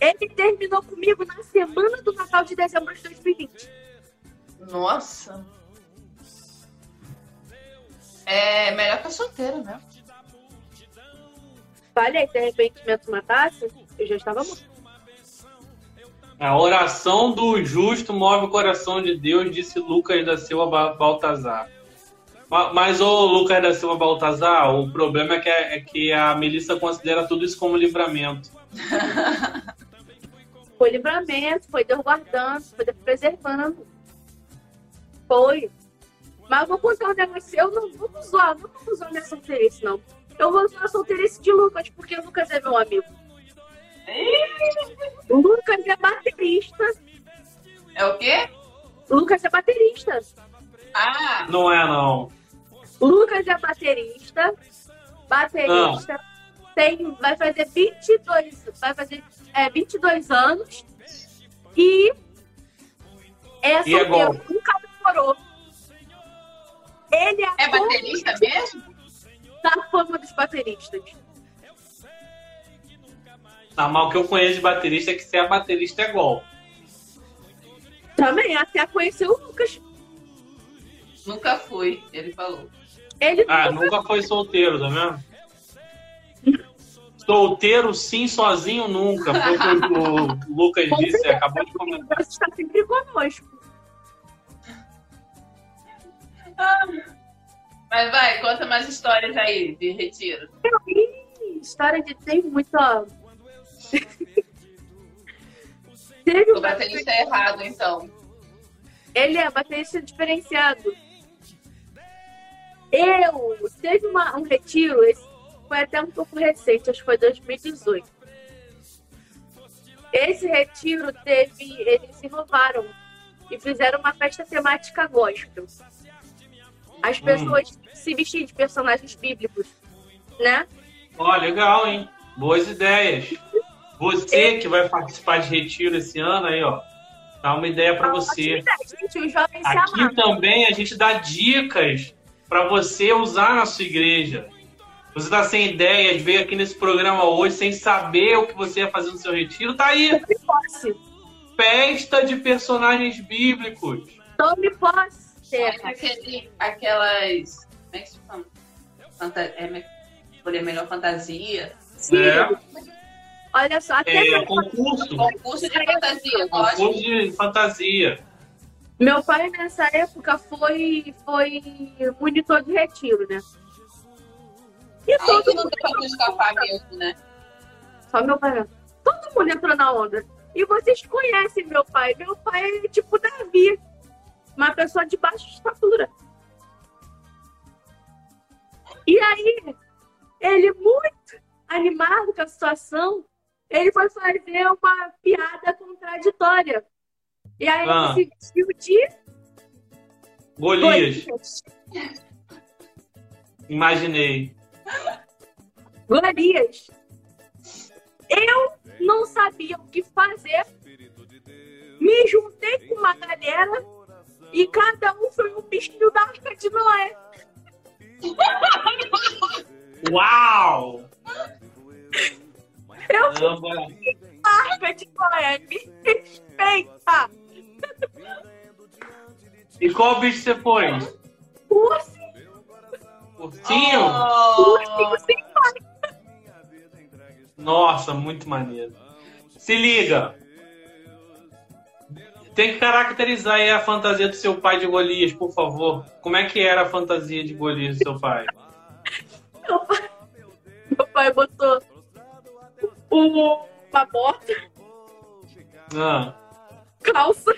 Speaker 4: Ele terminou comigo na semana do Natal de dezembro de 2020.
Speaker 2: Nossa. É melhor que a solteira, né?
Speaker 4: Falei, de repente, me matasse, eu já estava morta.
Speaker 1: a oração do justo move o coração de Deus, disse Lucas da Silva Ba- Baltazar. Ma- Mas, ô Lucas da Silva Baltazar, o problema é que, a- é que a Melissa considera tudo isso como livramento.
Speaker 4: Foi livramento, foi Deus guardando, foi Deus preservando. Foi. Mas eu vou contar um negócio. Eu não vou zoar, não vou zoar minha solteirice, não. Eu vou zoar a solteirice de Lucas, porque Lucas é meu amigo. Lucas é baterista.
Speaker 2: É o quê?
Speaker 4: Lucas é baterista.
Speaker 2: Ah,
Speaker 1: Não é, não.
Speaker 4: Lucas é baterista. Baterista.
Speaker 1: Ah.
Speaker 4: Tem, vai fazer 22, vai fazer, é, 22 anos. E é
Speaker 1: E é
Speaker 4: solteiro, nunca namorou. Ele é,
Speaker 2: é
Speaker 4: a cor
Speaker 2: baterista mesmo?
Speaker 4: da fama dos bateristas.
Speaker 1: Tá mal que eu conheço de baterista é que ser a baterista é gol.
Speaker 4: Também, até conhecer o Lucas.
Speaker 2: Nunca fui, ele falou.
Speaker 4: Ele
Speaker 1: Ah,
Speaker 4: nunca
Speaker 1: nunca foi solteiro, tá vendo? Solteiro sim, sozinho nunca. Foi o que o Lucas
Speaker 4: Com
Speaker 1: disse,
Speaker 4: certeza.
Speaker 1: acabou de comentar.
Speaker 4: Deus está sempre conosco.
Speaker 2: Mas vai, conta mais histórias aí de retiro.
Speaker 4: Ih, História de tem muita. Teve
Speaker 2: O
Speaker 4: uma vez-
Speaker 2: baterista é errado, então.
Speaker 4: Ele é baterista diferenciado. Eu teve uma- um retiro, esse foi até um pouco recente, acho que foi 2018. Esse retiro teve, eles se inovaram e fizeram uma festa temática gospel. As
Speaker 1: Hum.
Speaker 4: pessoas se vestiam de personagens bíblicos, né?
Speaker 1: Ó, legal, hein? Boas ideias. Você que vai participar de retiro esse ano aí, ó. Dá uma ideia para você.
Speaker 4: Gente, os jovens se amavam.
Speaker 1: Aqui tá também a gente dá dicas para você usar na sua igreja. Você tá sem ideias, veio aqui nesse programa hoje sem saber o que você ia fazer no seu retiro, tá aí.
Speaker 4: assim.
Speaker 1: Festa de personagens bíblicos.
Speaker 4: Tome posse,
Speaker 2: Mas
Speaker 4: terra.
Speaker 2: Aquele, aquelas. Como é que se chama? Fanta, é, como é que- escolher a melhor fantasia.
Speaker 4: Sim.
Speaker 1: É.
Speaker 4: Olha só, até
Speaker 1: É,
Speaker 4: meu,
Speaker 1: concurso.
Speaker 2: Concurso de fantasia, eu gosto.
Speaker 1: Concurso de fantasia.
Speaker 4: meu pai nessa época foi, foi monitor de retiro, né? E
Speaker 2: Aí
Speaker 4: todo
Speaker 2: que não
Speaker 4: mundo,
Speaker 2: tem como escapar mesmo, né?
Speaker 4: só meu pai, não. todo mundo entrou na onda. E vocês conhecem meu pai. Meu pai é tipo Davi, uma pessoa de baixa estatura. E aí, ele muito animado com a situação, ele foi fazer uma piada contraditória. E aí
Speaker 1: Ah.
Speaker 4: ele se vestiu de
Speaker 1: Golias,
Speaker 4: Golias.
Speaker 1: imaginei.
Speaker 4: Golias. Eu não sabia o que fazer. Me juntei com uma galera e cada um foi um bichinho da Arca de Noé.
Speaker 1: Uau!
Speaker 4: Eu fui
Speaker 1: Caramba.
Speaker 4: a Arca de Noé. Me respeita.
Speaker 1: E qual bicho você foi?
Speaker 4: O ursinho
Speaker 1: Ursinho?
Speaker 2: Oh,
Speaker 4: sem pai.
Speaker 1: Nossa, muito maneiro. Se liga. Tem que caracterizar aí a fantasia do seu pai de Golias, por favor. Como é que era a fantasia de Golias do seu pai?
Speaker 4: Meu pai, meu pai botou o- uma bota,
Speaker 1: Ah,
Speaker 4: calça.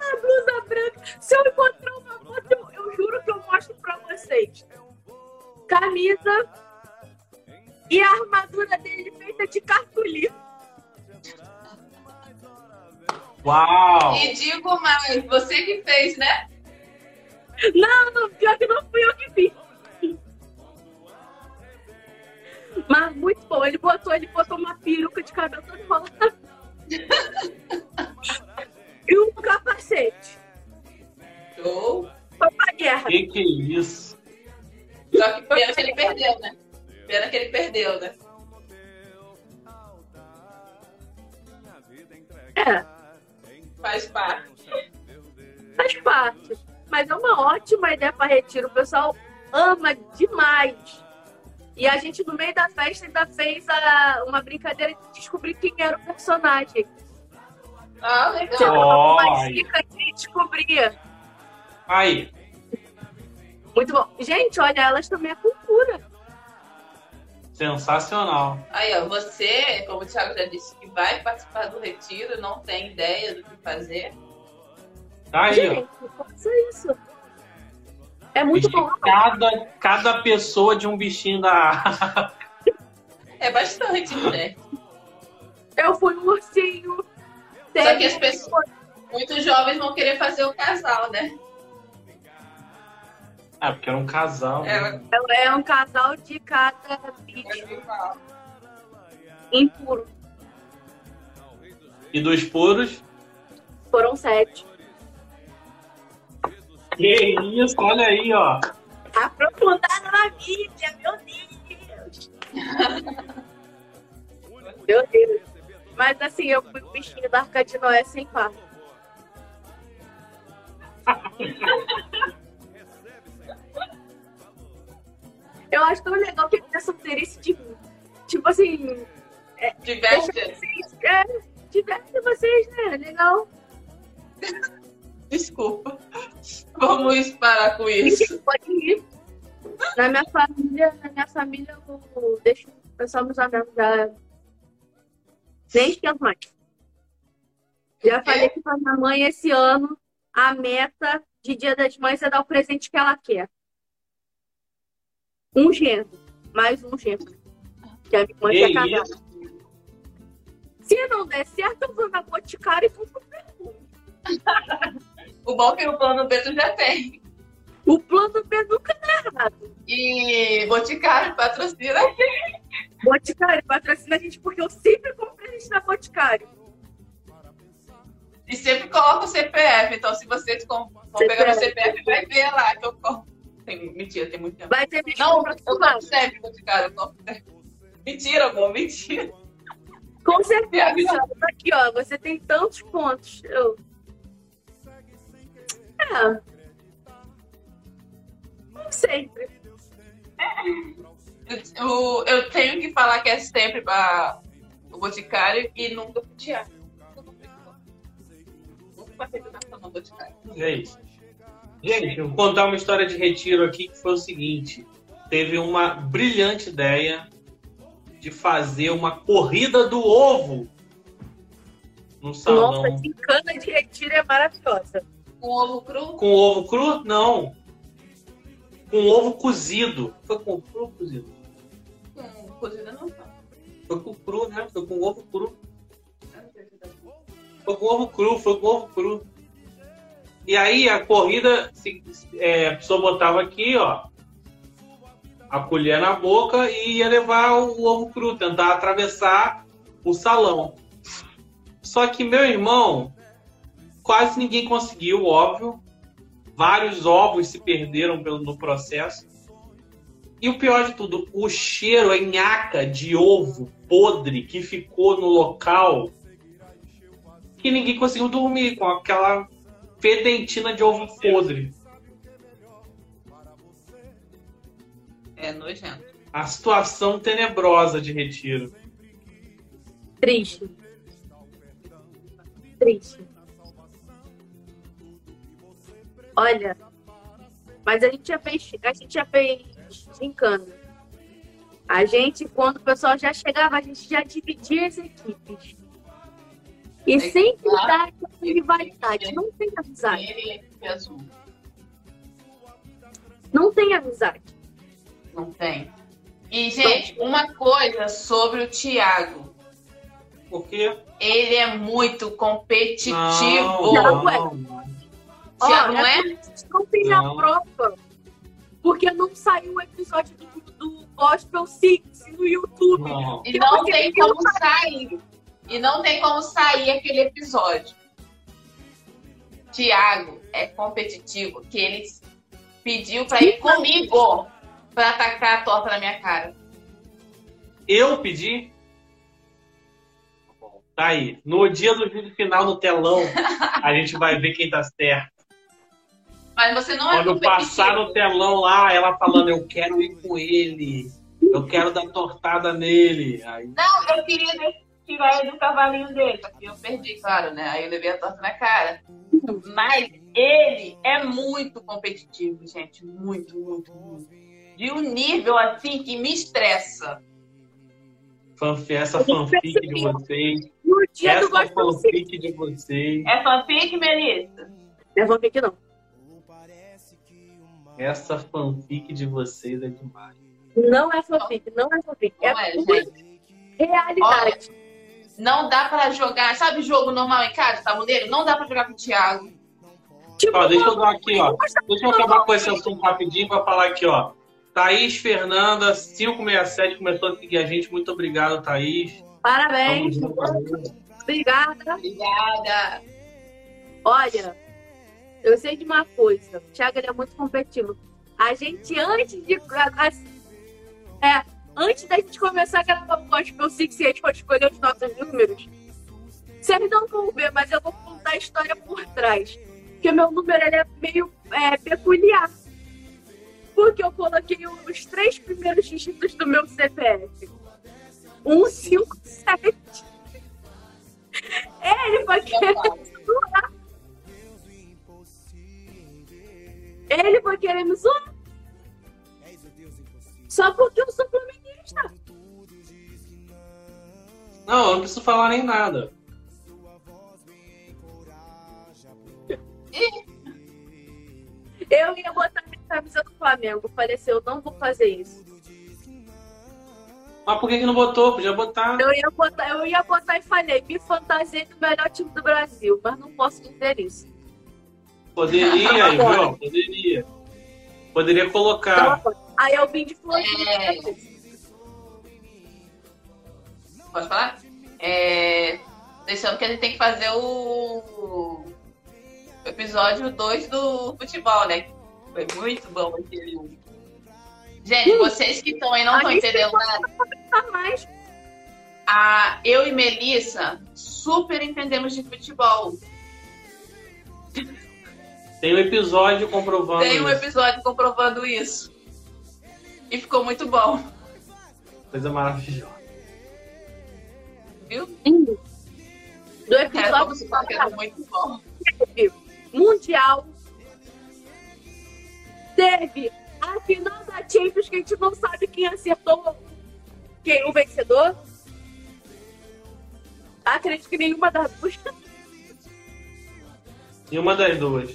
Speaker 4: A blusa branca. Se eu encontrar uma foto, eu, eu juro que eu mostro pra vocês. Camisa e a armadura dele feita de cartolina.
Speaker 1: uau!
Speaker 2: e digo mais, você que fez, né?
Speaker 4: Não, Ah, não, pior que não fui eu que fiz. Mas muito bom. Ele botou, ele botou uma peruca de cabelo todo enrolado. e um capacete.
Speaker 2: Show.
Speaker 4: Foi pra guerra.
Speaker 1: Que que é isso?
Speaker 2: Só que pena que ele perdeu, né? Pena que ele perdeu, né?
Speaker 4: É.
Speaker 2: Faz parte.
Speaker 4: faz parte. Mas é uma ótima ideia para retiro. O pessoal ama demais. E a gente, no meio da festa, ainda fez a- uma brincadeira de descobrir quem era o personagem.
Speaker 2: Ah,
Speaker 4: Tinha
Speaker 2: legal.
Speaker 4: uma
Speaker 1: Olha.
Speaker 4: dica que descobria.
Speaker 1: Aí,
Speaker 4: Muito bom. Gente, olha, elas também é cultura.
Speaker 1: sensacional.
Speaker 2: Aí, ó, você, como o Thiago já disse, que vai participar do retiro, não tem ideia do que fazer.
Speaker 1: Tá aí, ó.
Speaker 4: gente, faça isso. É muito bom.
Speaker 1: Cada, cada pessoa de um bichinho da.
Speaker 2: É bastante, né?
Speaker 4: Eu fui um ursinho.
Speaker 2: Só
Speaker 4: teve um
Speaker 2: que as pessoas, muitos jovens vão querer fazer o casal, né?
Speaker 1: Ah, porque era um casal. né?
Speaker 2: Ela
Speaker 4: É um casal de cada bicho impuro.
Speaker 1: E dos puros.
Speaker 4: Foram sete.
Speaker 1: Que isso, olha aí, ó.
Speaker 4: Aprofundada na Bíblia, meu Deus! meu Deus. Mas assim, eu fui o bichinho da Arca de Noé sem par. eu acho tão legal que a minha solteirice, tipo, tipo assim,
Speaker 2: Diverte,
Speaker 4: vocês, é, diverte vocês, né? Legal.
Speaker 2: desculpa. Vamos parar com isso.
Speaker 4: Ninguém pode rir. Na minha família, na minha família, eu deixo o pessoal meus amigos já. Nem esquento
Speaker 1: É?
Speaker 4: mais. Já falei que pra minha mãe esse ano a meta de Dia das Mães é dar o presente que ela quer. Um genro, mais um genro. Que a minha mãe
Speaker 1: Que
Speaker 4: quer casar.
Speaker 1: isso?
Speaker 4: Se não der certo, eu vou na Boticário e compro perfume.
Speaker 2: O bom é que o plano B tu já tem.
Speaker 4: O plano B nunca dá errado.
Speaker 2: E Boticário patrocina.
Speaker 4: Boticário patrocina a gente porque eu sempre compro presente na Boticário.
Speaker 2: E sempre coloca o CPF. Então, se vocês com- vão pegar meu CPF, vai ver lá que eu compro. Tem, mentira, tem muito tempo.
Speaker 4: Vai ter gente
Speaker 2: Não,
Speaker 4: que compra
Speaker 2: eu compro
Speaker 4: tudo.
Speaker 2: sempre Boticário. Eu compro sempre. Mentira, amor, mentira.
Speaker 4: Com certeza.
Speaker 2: Me avisa.
Speaker 4: Tá Aqui, ó, você tem tantos pontos. Eu... É. Não sei.
Speaker 2: Eu, eu tenho que falar que é sempre pra, o Boticário e nunca pro Tiago. Nunca passei por nada no Boticário.
Speaker 1: Gente, gente, eu vou contar uma história de retiro aqui que foi o seguinte: teve uma brilhante ideia de fazer uma corrida do ovo no salão.
Speaker 4: Nossa, gincana de retiro é maravilhosa.
Speaker 2: Com ovo cru,
Speaker 1: Com ovo cru? Não. Com ovo cozido. Foi com cru ou cozido?
Speaker 2: com cozida não tá.
Speaker 1: Foi com cru, né? Foi com ovo cru. Foi com ovo cru, foi com ovo cru. E aí a corrida, se- é, a pessoa botava aqui, ó, a colher na boca e ia levar o, o ovo cru, tentar atravessar o salão. Só que meu irmão, quase ninguém conseguiu, óbvio. Vários ovos se perderam pelo, no processo. E o pior de tudo, o cheiro, a nhaca de ovo podre que ficou no local que ninguém conseguiu dormir com aquela fedentina de ovo podre.
Speaker 2: É nojento.
Speaker 1: A situação tenebrosa de retiro.
Speaker 4: Triste. Triste. Olha, mas a gente já fez, a gente já fez gincana. A gente, quando o pessoal já chegava, a gente já dividia as equipes. E
Speaker 2: É
Speaker 4: sempre
Speaker 2: claro.
Speaker 4: dá aquela
Speaker 2: né?
Speaker 4: rivalidade. Não tem
Speaker 2: Tá.
Speaker 4: amizade.
Speaker 2: E azul.
Speaker 4: Não tem amizade.
Speaker 2: Não tem. E, gente, uma coisa sobre o Thiago.
Speaker 1: Porque.
Speaker 2: Ele é muito competitivo. tipo,
Speaker 1: Não,
Speaker 4: Não, ué.
Speaker 1: não.
Speaker 2: Thiago,
Speaker 4: Ó,
Speaker 2: não é?
Speaker 4: Não tem a
Speaker 1: Não.
Speaker 4: prova. Porque não saiu o episódio do, do Gospel Six no YouTube.
Speaker 1: não.
Speaker 2: E não
Speaker 4: Porque
Speaker 2: tem
Speaker 4: ele não
Speaker 2: como sair. E não tem como sair aquele episódio. Tiago é competitivo que ele pediu pra ir comigo pra atacar a torta na minha cara.
Speaker 1: Eu pedi. Tá aí. No dia do vídeo final no telão, a gente vai ver quem tá certo.
Speaker 2: Mas você não é
Speaker 1: Quando
Speaker 2: competitivo.
Speaker 1: passar no telão lá, ela falando, eu quero ir com ele. Eu quero dar tortada nele. Aí,
Speaker 2: Eu queria de- tirar ele do cavalinho dele, porque eu perdi, claro, né? Aí eu levei a torta na cara. Mas ele é muito competitivo, gente. Muito, muito, muito. De um nível assim que me estressa.
Speaker 1: fanfic, essa fanfic de vocês.
Speaker 4: No dia do
Speaker 1: Essa
Speaker 4: Gospel Six.
Speaker 1: fanfic de vocês.
Speaker 2: É fanfic, Melissa?
Speaker 4: Eu vou ver que não.
Speaker 1: Essa fanfic de vocês é demais.
Speaker 4: Não é fanfic, não é fanfic. É
Speaker 2: Não é,
Speaker 4: pura realidade.
Speaker 2: Não dá pra jogar. Sabe jogo normal em casa, tabuleiro? Não dá pra jogar com o Thiago.
Speaker 4: Tipo,
Speaker 1: Ó, deixa eu dar aqui, ó.
Speaker 4: não gosta
Speaker 1: Deixa eu acabar com esse assunto rapidinho pra falar aqui, ó. Thaís Fernanda, 567, começou a seguir a gente. Muito obrigado, Thaís.
Speaker 4: de-
Speaker 1: Tamo
Speaker 4: Parabéns.
Speaker 1: junto, amigo.
Speaker 4: Obrigada.
Speaker 2: Obrigada.
Speaker 4: Olha, eu sei de uma coisa. O Thiago ele é muito competitivo. A gente, antes de. a- a- É, antes da gente começar a gravar o Gospel Six e a gente pode escolher os nossos números. Vocês não vão ver, mas eu vou contar a história por trás. Porque meu número ele é meio é, peculiar. Porque eu coloquei os três primeiros dígitos do meu CPF. Um, cinco, sete. É, Ele foi querer zoar. Ele foi querer me zoar. Só porque eu sou flamenguista.
Speaker 1: Não, eu não preciso falar nem nada.
Speaker 4: Eu ia botar minha camisa do Flamengo. Falei assim, eu não vou fazer isso.
Speaker 1: Mas por que, que não botou? Podia botar.
Speaker 4: Eu ia botar, eu ia botar e falei, me fantasiei do melhor time do Brasil, mas não posso dizer isso.
Speaker 1: Poderia,
Speaker 4: Agora.
Speaker 1: João, poderia. Poderia
Speaker 4: Então,
Speaker 1: colocar.
Speaker 4: agora- aí eu vim de Florzinha.
Speaker 2: É. Pode falar? É... Deixando que a gente tem que fazer o, o episódio 2 do futebol, né? Foi muito bom aquele. um. Gente, vocês que estão aí não
Speaker 4: A
Speaker 2: estão
Speaker 4: gente
Speaker 2: entendendo nada.
Speaker 4: Tá mais.
Speaker 2: a, eu e Melissa super entendemos de futebol.
Speaker 1: Tem um episódio comprovando.
Speaker 2: Então, Tem um
Speaker 1: isso.
Speaker 2: episódio comprovando isso. E ficou muito bom,
Speaker 1: Coisa maravilhosa.
Speaker 2: viu?
Speaker 4: Do
Speaker 2: Cara, como
Speaker 4: episódio
Speaker 2: se fala, muito bom.
Speaker 4: mundial. Teve a final da Champions, que a gente não sabe quem acertou quem o vencedor. Acredito que nenhuma das duas. tá
Speaker 1: E uma das duas.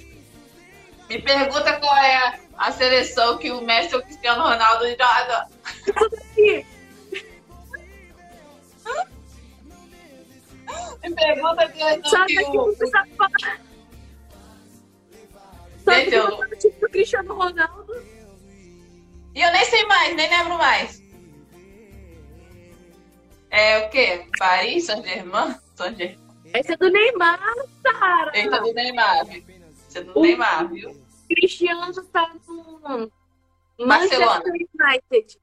Speaker 2: Me pergunta qual é a seleção que o Messi ou o Cristiano Ronaldo joga.
Speaker 4: aqui.
Speaker 2: Me pergunta qual é a seleção
Speaker 4: Sabe
Speaker 2: que
Speaker 4: que
Speaker 2: o.
Speaker 4: você sabe falar. Sabe que
Speaker 2: Entendeu?
Speaker 4: eu tava tipo do Cristiano Ronaldo.
Speaker 2: E eu nem sei mais, nem lembro mais. É o quê? Paris, São Germain? São Germain.
Speaker 4: Esse é do Neymar, Sara.
Speaker 2: Eita do Neymar, viu? Você é do
Speaker 4: O-
Speaker 2: Neymar, viu?
Speaker 4: Cristiano tá no
Speaker 2: Barcelona.
Speaker 4: Manchester United.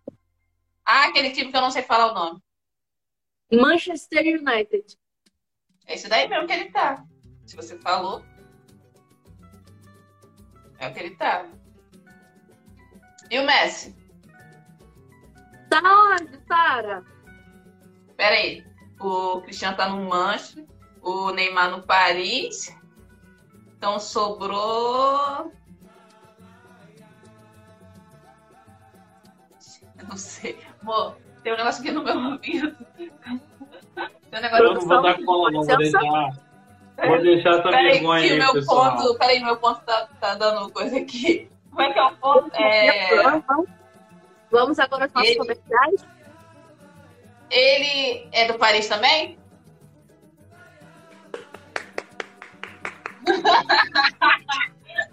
Speaker 2: Ah, aquele time que eu não sei falar o nome.
Speaker 4: Manchester United.
Speaker 2: É isso daí mesmo que ele tá. Se você falou. É o que ele tá. E o Messi?
Speaker 4: Tá onde, Sara?
Speaker 2: Pera aí. O Cristiano tá no Manchester. O Neymar no Paris. Então sobrou. Eu não sei. Amor, tem um negócio aqui no meu ouvido. Tem um negócio
Speaker 1: Eu
Speaker 2: no
Speaker 1: não
Speaker 2: meu
Speaker 1: vou dar cola, não. Vou deixar. Vou deixar essa
Speaker 2: Peraí,
Speaker 1: vergonha
Speaker 2: que o
Speaker 1: aí,
Speaker 2: meu
Speaker 1: pessoal.
Speaker 2: ponto. Peraí, meu ponto tá, tá dando coisa aqui. Como é que é o ponto? É,
Speaker 4: Vamos agora aos nossos
Speaker 2: Ele-
Speaker 4: comerciais.
Speaker 2: ele é do Paris também?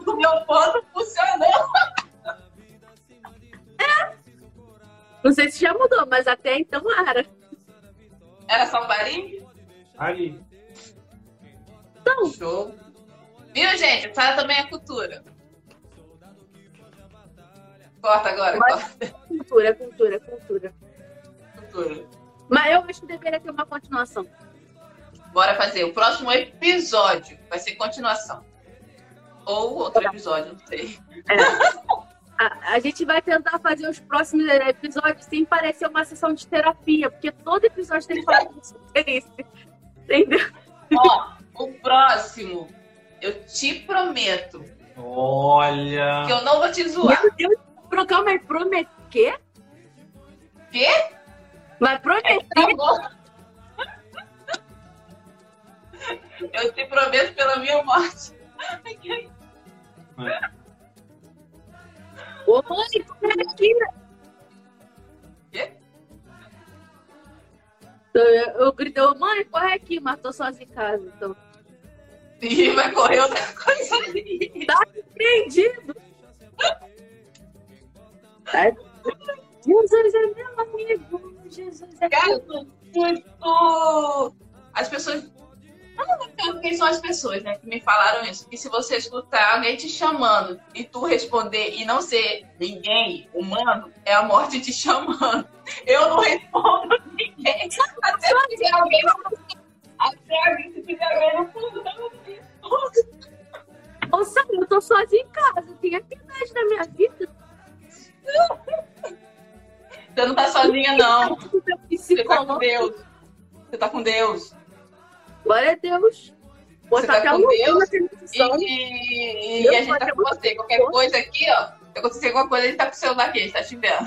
Speaker 2: o meu ponto funcionou.
Speaker 4: Não sei se já mudou, mas até então era.
Speaker 2: Era só Paris?
Speaker 1: Ali.
Speaker 2: Show. Viu, gente? Sara também é cultura. Corta agora,
Speaker 4: Mas-
Speaker 2: corta
Speaker 4: Cultura, cultura, cultura.
Speaker 2: a cultura.
Speaker 4: Mas eu acho que deveria ter uma continuação.
Speaker 2: Bora fazer o próximo episódio. Vai ser continuação. Ou outro episódio, não sei.
Speaker 4: A, a gente vai tentar fazer os próximos episódios sem parecer uma sessão de terapia, porque todo episódio tem que falar com isso. Entendeu?
Speaker 2: Ó, o próximo, eu te prometo
Speaker 1: Olha.
Speaker 2: que eu não vou te zoar.
Speaker 4: Meu Deus, o programa é prometer. Quê?
Speaker 2: Quê?
Speaker 4: Vai prometer.
Speaker 2: Tá bom? Eu te prometo pela minha morte.
Speaker 4: Ô, mãe, como é que é?
Speaker 2: Quê?
Speaker 4: Eu, eu gritei, ô, mãe, corre aqui, mas tô sozinha em casa. Então.
Speaker 2: E vai correr outra coisa ali.
Speaker 4: Entendido! Tá? Jesus é meu amigo, Jesus é
Speaker 2: Cara,
Speaker 4: meu
Speaker 2: eu tô muito. As pessoas. Eu não entendo quem são as pessoas, né? Que me falaram isso. Que se você escutar alguém te chamando e tu responder e não ser ninguém humano, é a morte te chamando. Eu não respondo ninguém. Até se tiver alguém no Até alguém se tiver alguém no fundo da minha vida.
Speaker 4: Ô, sabe, eu tô sozinha em casa, tem a piedade da minha vida.
Speaker 2: Você não tá sozinha, não. Você tá com
Speaker 4: Psicólogo.
Speaker 2: Deus. Você tá com Deus.
Speaker 4: Glória a Deus. Vou
Speaker 2: Você
Speaker 4: tá
Speaker 2: tá
Speaker 4: até
Speaker 2: com
Speaker 4: loucura
Speaker 2: Deus?
Speaker 4: na televisão.
Speaker 2: E, e a gente tá com você. Qualquer coisa aqui, ó. Se acontecer alguma coisa, ele tá com o celular aqui, ele tá te vendo.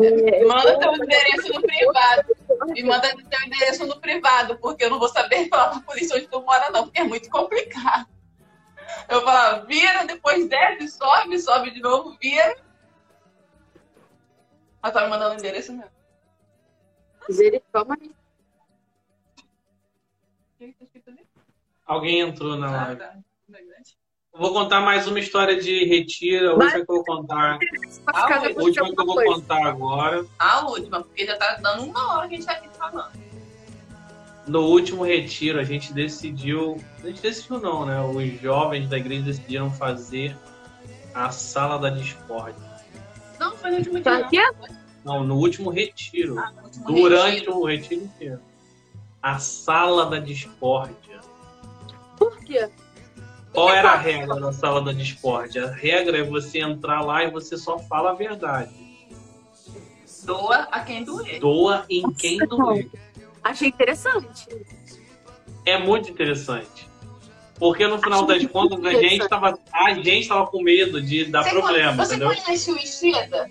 Speaker 4: É,
Speaker 2: Manda teu endereço no privado. Me manda teu endereço no privado, porque eu não vou saber falar pra polícia onde tu mora, não, porque é muito complicado. Eu falava, vira, depois desce, sobe, sobe de novo, vira. Ela tá me mandando o endereço mesmo.
Speaker 4: Misericórdia.
Speaker 2: O que que tá escrito ali?
Speaker 1: Alguém entrou na
Speaker 2: Ah,
Speaker 1: live.
Speaker 2: tá. Não é grande.
Speaker 1: Vou contar mais uma história de retiro, a última que eu vou contar.
Speaker 4: Pra ficar
Speaker 2: Ah,
Speaker 1: A
Speaker 4: depois de
Speaker 1: última que eu
Speaker 4: alguma
Speaker 1: vou
Speaker 4: coisa.
Speaker 1: contar agora.
Speaker 2: A última, porque já tá dando uma hora que a gente tá aqui falando.
Speaker 1: No último retiro, a gente decidiu. A gente decidiu não, né? Os jovens da igreja decidiram fazer a sala da discórdia.
Speaker 2: Não, foi no último dia.
Speaker 4: Tá
Speaker 2: não.
Speaker 4: aqui?
Speaker 1: Não, no último retiro.
Speaker 2: Ah, no último
Speaker 1: Durante
Speaker 2: retiro.
Speaker 1: o retiro inteiro. A sala da discórdia.
Speaker 4: Por quê?
Speaker 1: Qual era a regra da sala da discórdia? A regra é você entrar lá e você só fala a verdade.
Speaker 2: Doa a quem doer.
Speaker 1: Doa em quem doer.
Speaker 4: Achei interessante.
Speaker 1: É muito interessante. Porque no final das contas a gente tava, a gente tava com medo de dar
Speaker 2: Você
Speaker 1: problema,
Speaker 2: conhe- você
Speaker 1: entendeu?
Speaker 2: conhece o Ishida?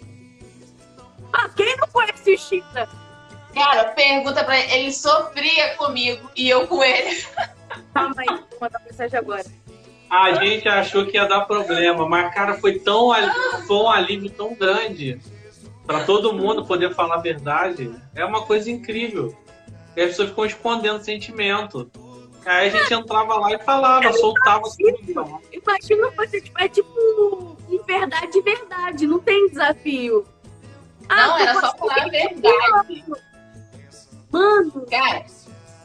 Speaker 4: Ah, quem não conhece o Chita?
Speaker 2: Cara, pergunta pra ele. Ele sofria comigo e eu com ele.
Speaker 4: Calma aí, vou mandar mensagem agora.
Speaker 1: A gente achou que ia dar problema, mas cara, foi tão ali- foi um alívio tão grande para todo mundo poder falar a verdade. É uma coisa incrível. E as pessoas ficam escondendo sentimento. Aí a gente entrava lá e falava, soltava tudo.
Speaker 4: Imagina você, tipo, é tipo um verdade e verdade, não tem desafio. Ah,
Speaker 2: não,
Speaker 4: tu
Speaker 2: era só
Speaker 4: conseguiu.
Speaker 2: falar a verdade.
Speaker 4: Mano,
Speaker 2: Cara,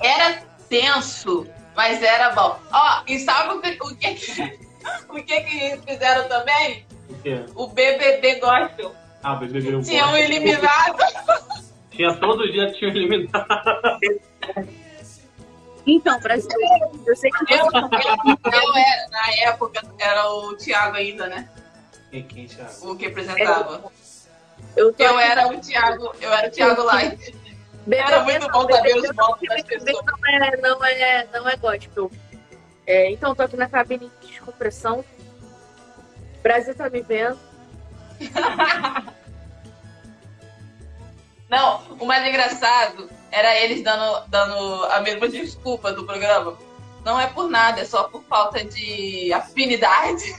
Speaker 2: era tenso, mas era bom. Ó, e sabe o que o que, que- o que, que eles fizeram também?
Speaker 1: O quê?
Speaker 2: O BBB Gospel.
Speaker 1: Ah, bebê, eu
Speaker 2: Tinha um
Speaker 1: gosto.
Speaker 2: eliminado.
Speaker 1: Tinha todo dia tinha um eliminado.
Speaker 4: então, Brasil, eu sei que
Speaker 2: Eu,
Speaker 4: você
Speaker 2: eu- eu era, na época, era o Thiago ainda, né?
Speaker 1: Quem, quem, Thiago?
Speaker 2: O que apresentava.
Speaker 4: Eu, tô
Speaker 2: É, Eu
Speaker 4: aqui.
Speaker 2: era o Thiago, eu era o Thiago Light.
Speaker 4: BBB
Speaker 2: Era muito bom saber os votos das
Speaker 4: BBB
Speaker 2: pessoas.
Speaker 4: Não é, não é, não é gospel. É, então, tô aqui na cabine de descompressão. O Brasil tá me vendo.
Speaker 2: Não, o mais engraçado era eles dando, dando a mesma desculpa do programa. Não é por nada, é só por falta de afinidade.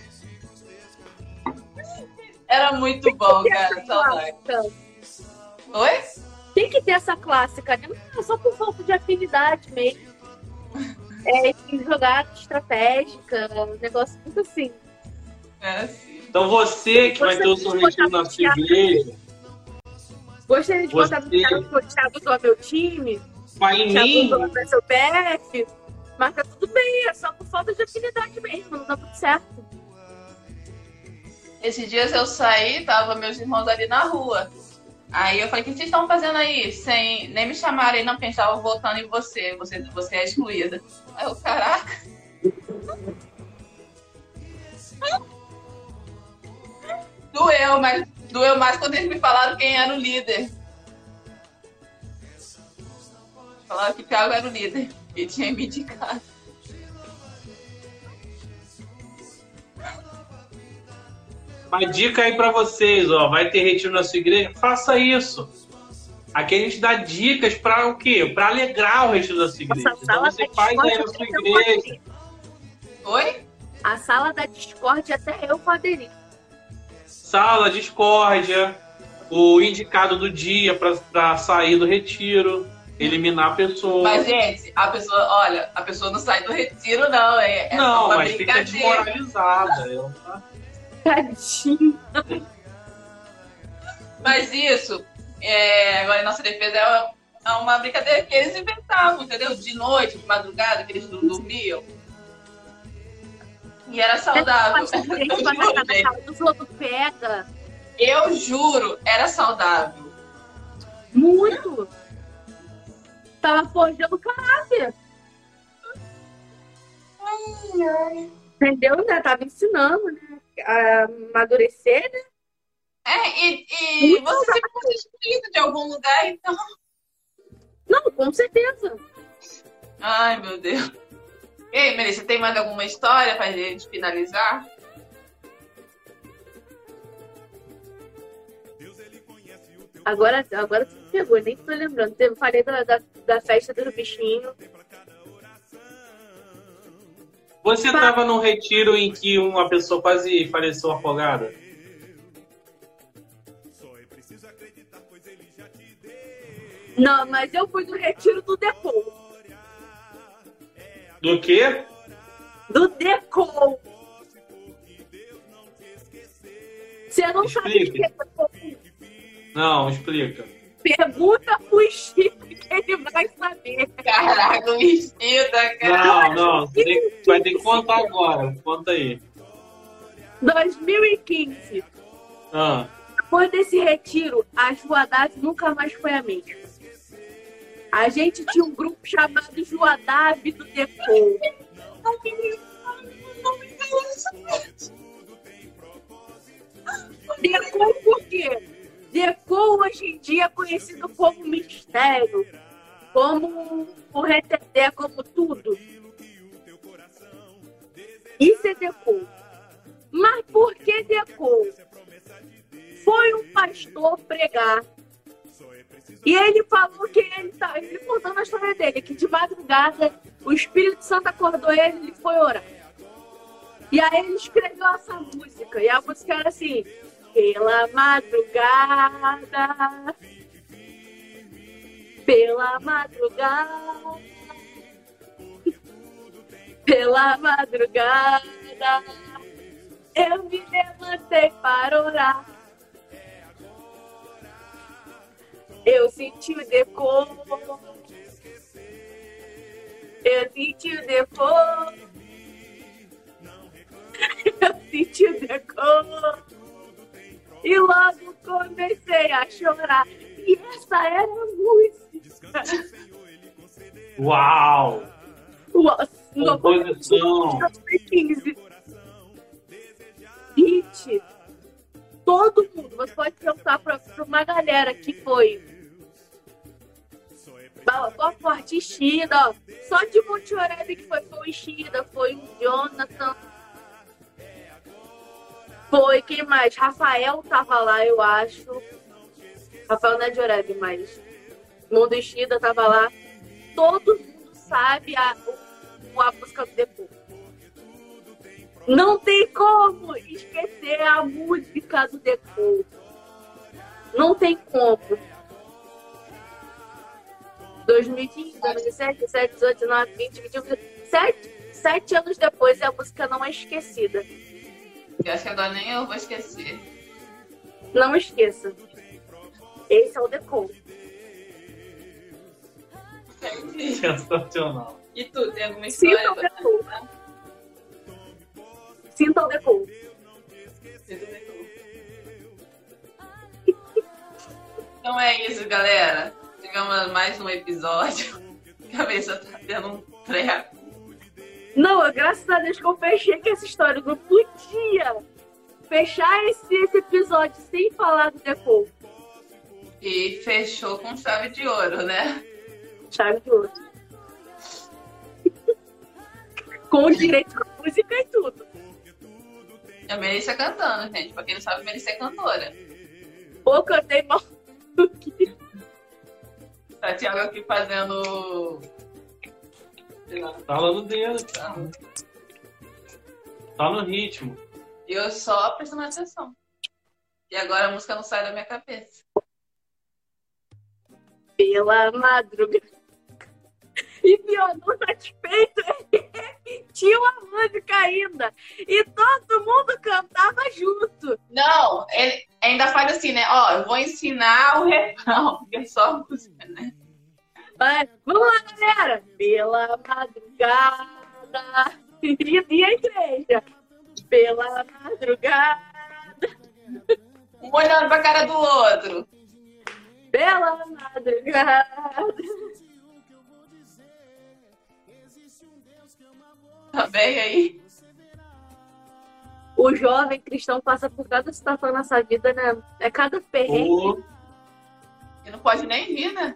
Speaker 2: Era muito bom, cara. saudade.
Speaker 4: Clássica.
Speaker 2: Oi?
Speaker 4: Tem que ter essa clássica, né? Não, só por falta de afinidade mesmo. É, tem jogada estratégica, um negócio muito assim.
Speaker 2: Era assim.
Speaker 1: Então você que vai
Speaker 4: Você
Speaker 1: ter o
Speaker 4: tem
Speaker 1: seu
Speaker 4: que botar
Speaker 1: retiro na sua
Speaker 4: Thiago.
Speaker 1: igreja,
Speaker 4: Gostaria de botar no
Speaker 1: Você-
Speaker 4: Thiago, porque o Thiago doa meu time,
Speaker 1: vai
Speaker 4: o
Speaker 1: em
Speaker 4: Thiago
Speaker 1: mim.
Speaker 4: doa seu PF, mas tá tudo bem, é só por falta de afinidade mesmo, não dá tudo certo.
Speaker 2: Esses dias eu saí, tava meus irmãos ali na rua. Aí eu falei, o que vocês estão fazendo aí? Sem nem me chamarem, não, porque a gente tava voltando em você. Você, você é excluída. Aí eu, caraca. Doeu, mas doeu mais quando eles me falaram quem era o líder. Falaram que o Thiago era o líder. E tinha me indicado.
Speaker 1: Uma dica aí pra vocês, ó, vai ter retiro na sua igreja, faça isso. Aqui a gente dá dicas pra o quê? Pra alegrar o retiro da sua igreja.
Speaker 4: Nossa,
Speaker 1: Então
Speaker 4: sala
Speaker 1: você
Speaker 2: tá
Speaker 4: da
Speaker 1: faz aí na
Speaker 4: discórdia
Speaker 1: sua
Speaker 4: até eu
Speaker 1: igreja.
Speaker 4: aderir.
Speaker 2: Oi?
Speaker 4: A sala da discórdia até eu vou aderir.
Speaker 1: Sala, discórdia, o indicado do dia pra, pra sair do retiro, eliminar a pessoa.
Speaker 2: Mas, gente, a pessoa, olha, a pessoa não sai do retiro, não. É, é só
Speaker 1: não,
Speaker 2: uma
Speaker 1: mas fica
Speaker 2: brincadeira.
Speaker 1: desmoralizada. Eu-
Speaker 4: Tadinho.
Speaker 2: Mas isso, é, agora em nossa defesa é uma, é uma brincadeira que eles inventavam, entendeu? De noite, de madrugada, que eles não dormiam. E era saudável.
Speaker 4: Mas gente
Speaker 2: juro,
Speaker 4: vai pegar na
Speaker 2: gente.
Speaker 4: cara dos outros, pega.
Speaker 2: Eu juro, era saudável.
Speaker 4: Muito. Tava forjando caráter. Entendeu, né? Tava ensinando, né? A amadurecer, né?
Speaker 2: É, e, e
Speaker 4: Muito
Speaker 2: você sempre foi excluído de algum lugar, então.
Speaker 4: Não, com certeza.
Speaker 2: Ai, meu Deus. E aí, Melissa, tem mais alguma história pra gente finalizar?
Speaker 4: Agora, agora tu me pegou, nem tô lembrando. Eu falei da, da, da festa do bichinho.
Speaker 1: Você
Speaker 4: Fa-
Speaker 1: estava num retiro em que uma pessoa quase faleceu afogada?
Speaker 4: Não, mas eu fui no retiro do Decol.
Speaker 1: Do quê?
Speaker 4: Do Decol. Você não sabe o que é
Speaker 1: Explique.
Speaker 4: Decol?
Speaker 1: Não, explica.
Speaker 4: Pergunta pro Chico que ele vai saber.
Speaker 2: Caraca, vestida, cara.
Speaker 1: Não, não. Você tem- vai ter que contar agora. Conta aí.
Speaker 4: 2015.
Speaker 1: Ah,
Speaker 4: Depois desse retiro, a Juadave nunca mais foi a mesma. A gente tinha um grupo chamado Juadave do Decol. Decol por quê? Decol hoje em dia é conhecido como mistério, como o reteté, como tudo. Isso é Decol. Mas por que Decol? Foi um pastor pregar. E ele falou que ele tá. Ele contando a história dele, que de madrugada o Espírito Santo acordou ele e ele foi orar. E aí ele escreveu essa música. E a música era assim: Pela madrugada, pela madrugada, pela madrugada, eu me levantei para orar. Eu senti o decor. Eu senti o decor. Eu senti o decor. E logo comecei a chorar. E essa era a música.
Speaker 1: uau!
Speaker 4: Nossa, não,
Speaker 1: Composição.
Speaker 4: 2015. Gente, todo mundo, você pode perguntar pra, pra uma galera que foi. Ba- Boa parte Xida, ó. Só de Monte Oreb que foi, foi o Xida, foi o Jonathan. Foi, quem mais? Rafael tava lá, eu acho. Rafael não é de Oreb, mas. Mundo Xida tava lá. Todo mundo sabe a, o- a música do Depois. Não tem como esquecer a música do Deco. Não tem como. 2015, 2017, 17, 18, 19, 20, 21, 7, 7 anos depois a música não é esquecida.
Speaker 2: Eu acho que agora nem eu vou esquecer.
Speaker 4: Não esqueça. Esse é o Deco.
Speaker 1: Sensacional.
Speaker 2: E tu, tem alguma
Speaker 4: Sinta
Speaker 2: história?
Speaker 4: o Deco. Sinta o Deco.
Speaker 2: Então é isso, galera. Chegamos a mais um episódio. Cabeça tá tendo um treco.
Speaker 4: Não, graças a Deus que eu fechei com essa história. Não podia fechar esse, esse episódio sem falar do Deco.
Speaker 2: E fechou com chave de ouro, né?
Speaker 4: Chave de ouro. Com direito à música e tudo.
Speaker 2: A Melissa cantando, gente. Pra quem não sabe, a Melissa é cantora.
Speaker 4: Pô, cantei mal do que.
Speaker 2: Tatiana aqui fazendo. sei lá,
Speaker 1: Fala Tá no dedo.
Speaker 2: não.
Speaker 1: Tá no ritmo.
Speaker 2: Eu só prestando atenção. E agora a música não sai da minha cabeça.
Speaker 4: Pela madrugada. E tá pior, não satisfeito, ele repetiu a música ainda. E todo mundo cantava junto.
Speaker 2: Não, ele ainda faz assim, né? Ó, eu vou ensinar o refrão, porque é só a música, né?
Speaker 4: Mas, vamos lá, galera. Pela madrugada. E e a igreja. Pela madrugada.
Speaker 2: Um olhando pra cara do outro.
Speaker 4: Pela madrugada.
Speaker 2: Tá bem aí?
Speaker 4: O jovem cristão passa por cada situação nessa vida, né? É cada perrengue.
Speaker 1: Ô,
Speaker 2: E não pode nem vir, né?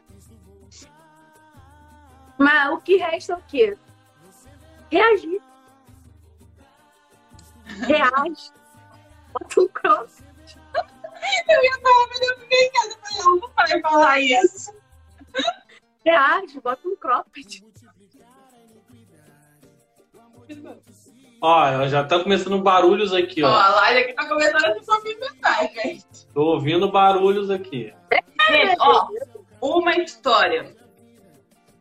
Speaker 4: Mas o que resta é o quê? Reagir. Reage. Bota um cross.
Speaker 2: Eu ia falar, mas eu fiquei em casa, mas eu não vai falar isso.
Speaker 4: Reage, bota um cropped.
Speaker 1: Ó, ela já tá começando barulhos aqui,
Speaker 2: Ó,
Speaker 1: ó.
Speaker 2: a live aqui tá começando a se movimentar, gente.
Speaker 1: Tô ouvindo barulhos aqui.
Speaker 2: Gente, ó, uma história.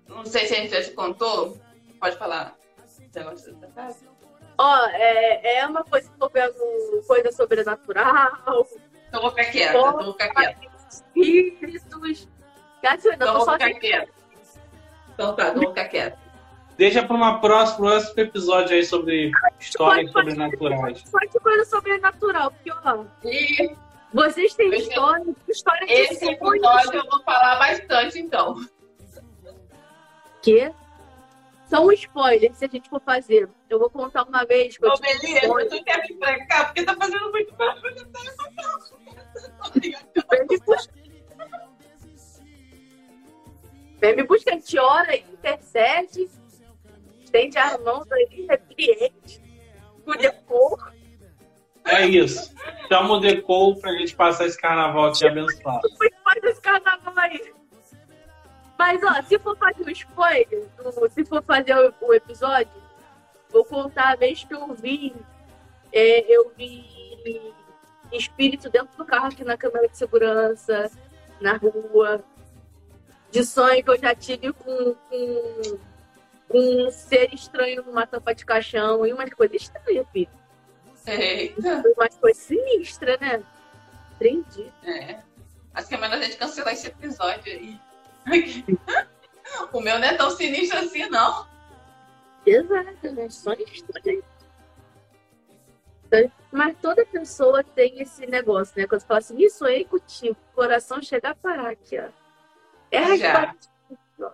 Speaker 2: Não sei se a gente já te contou. Pode falar. Você gosta dessa casa?
Speaker 4: Ó, é, é uma coisa envolvendo coisa sobrenatural,
Speaker 2: Então eu vou ficar quieta, então eu vou ficar quieta.
Speaker 4: espíritos. Gato,
Speaker 2: Então eu
Speaker 4: não, tô
Speaker 2: vou
Speaker 4: só
Speaker 2: ficar quieta. Então tá, então eu vou ficar quieta.
Speaker 1: Deixa pra uma próxima, um próximo episódio aí sobre histórias
Speaker 4: Pode- pode-
Speaker 1: sobrenaturais.
Speaker 4: Só um de coisa sobrenatural, porque, ó,
Speaker 2: E
Speaker 4: vocês têm
Speaker 2: Esse-
Speaker 4: história, história de
Speaker 2: é. esse
Speaker 4: sonhos.
Speaker 2: episódio eu vou falar bastante, então.
Speaker 4: que são spoilers um se a gente for fazer. Eu vou contar uma vez que eu
Speaker 2: Ô,
Speaker 4: tive um
Speaker 2: Beleza,
Speaker 4: sonho.
Speaker 2: tu quer vir pra cá? Porque tá fazendo muito barulho. tá?
Speaker 4: Vem me buscar. Vem me buscar, te ora, intercede, estende a mão aí, repreende, cuida do corpo.
Speaker 1: É isso. Chama o Decol pra gente passar esse carnaval te abençoado.
Speaker 4: faz esse carnaval aí. Mas, ó, se for fazer o spoiler, do- se for fazer o, o episódio, vou contar a vez que eu vi. é, eu vi espírito dentro do carro aqui na câmera de segurança, na rua. De sonho que eu já tive com, com- com um ser estranho numa tampa de caixão e umas coisas estranhas, filho.
Speaker 2: Eita,
Speaker 4: Umas coisas sinistras, né? Aprendi.
Speaker 2: é. Acho que é melhor a gente cancelar esse episódio aí. O meu não é tão sinistro assim, não.
Speaker 4: Exato, né? Sonho estranho. Então, Mas toda pessoa tem esse negócio, né? Quando fala assim, isso sonhei contigo, o coração chega a parar aqui, ó. É
Speaker 2: Já.
Speaker 4: raspadinho, ó.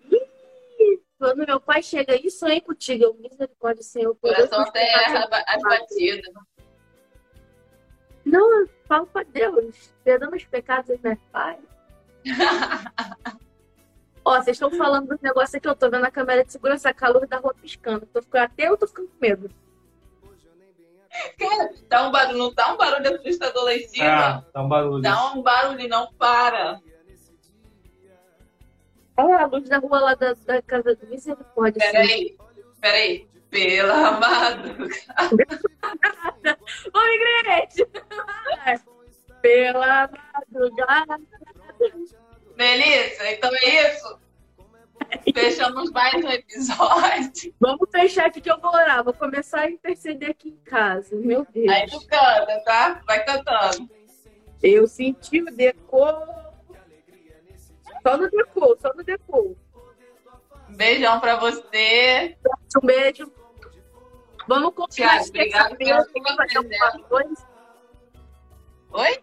Speaker 4: Ih, Quando meu pai chega e sonhei contigo, eu misericórdia, Senhor.
Speaker 2: O
Speaker 4: por Deus,
Speaker 2: coração
Speaker 4: me
Speaker 2: até
Speaker 4: espera.
Speaker 2: erra as batidas.
Speaker 4: Não, eu falo pra Deus. Perdoa meus pecados aí, meu pai. Ó, vocês estão falando dos negócios aqui, eu tô vendo a câmera de segurança, calor da rua piscando. Tô ficando, até eu tô ficando com medo.
Speaker 2: Cara, dá um barulho, não dá um barulho assustador lá em
Speaker 1: Ah,
Speaker 2: cima.
Speaker 1: tá um barulho.
Speaker 2: Dá um barulho, não para.
Speaker 4: Olha a luz da rua lá da, da casa do misericórdia. Senhor.
Speaker 2: Peraí, peraí. Pela amada.
Speaker 4: Ô, Ingrid! Pela madrugada.
Speaker 2: Beleza, então é isso. Fechamos mais um episódio.
Speaker 4: Vamos fechar aqui que eu vou orar. Vou começar a interceder aqui em casa. Meu Deus.
Speaker 2: Aí tu canta, tá? Vai cantando.
Speaker 4: Eu senti o decor. Só no decor, só no decor.
Speaker 2: Um Beijão pra você.
Speaker 4: Um beijo. Vamos continuar
Speaker 2: Tiago, obrigado pela sua presença. Oi?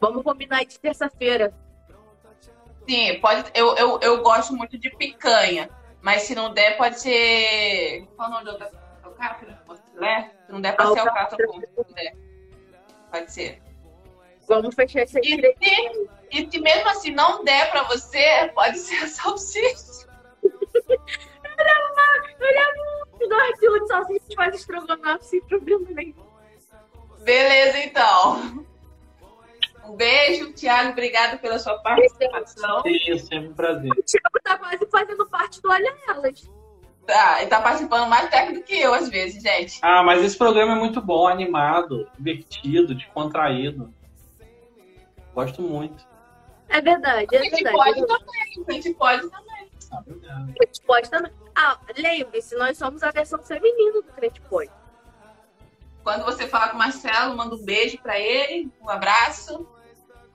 Speaker 4: Vamos combinar de terça-feira.
Speaker 2: Sim, pode. Eu, eu, eu gosto muito de picanha. Mas se não der, pode ser. Qual o nome de outra? Alcatra? Filé? Se não der, pode ser alcatra com filé. Pode ser.
Speaker 4: Vamos fechar esse
Speaker 2: E
Speaker 4: aqui direito.
Speaker 2: se, e se mesmo assim não der pra você, pode ser a salsicha.
Speaker 4: Se nós tudo sozinho, a gente faz estrogonofe sem problema nenhum.
Speaker 2: Beleza, então. Um beijo, Thiago. Obrigado pela sua participação.
Speaker 1: Sim, sempre um prazer.
Speaker 4: O Thiago tá quase fazendo parte do Olha Elas.
Speaker 2: Tá, ele tá participando mais técnico que eu, às vezes, gente.
Speaker 1: Ah, mas esse programa é muito bom, animado, divertido, descontraído. Gosto muito.
Speaker 4: É verdade, é
Speaker 2: A gente
Speaker 4: verdade.
Speaker 2: pode também, a gente pode também.
Speaker 4: A gente pode também. Ah, lembre-se, nós somos a versão feminina do Crente Pode.
Speaker 2: Quando você falar com o Marcelo, manda um beijo pra ele, um abraço.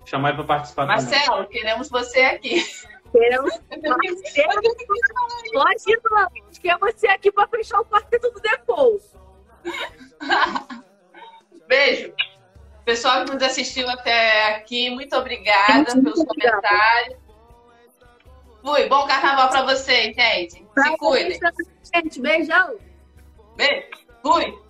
Speaker 1: Chamar ele pra participar também.
Speaker 2: Marcelo, queremos você aqui.
Speaker 4: Queremos
Speaker 2: Eu tenho que falar isso.
Speaker 4: logicamente que é você aqui pra fechar o quarteto do Default.
Speaker 2: Beijo. Pessoal que nos assistiu até aqui, muito obrigada
Speaker 4: Gente,
Speaker 2: pelos
Speaker 4: muito obrigada.
Speaker 2: comentários. Fui, bom carnaval pra vocês, gente. Se cuidem.
Speaker 4: Gente, beijão.
Speaker 2: Beijo. Fui.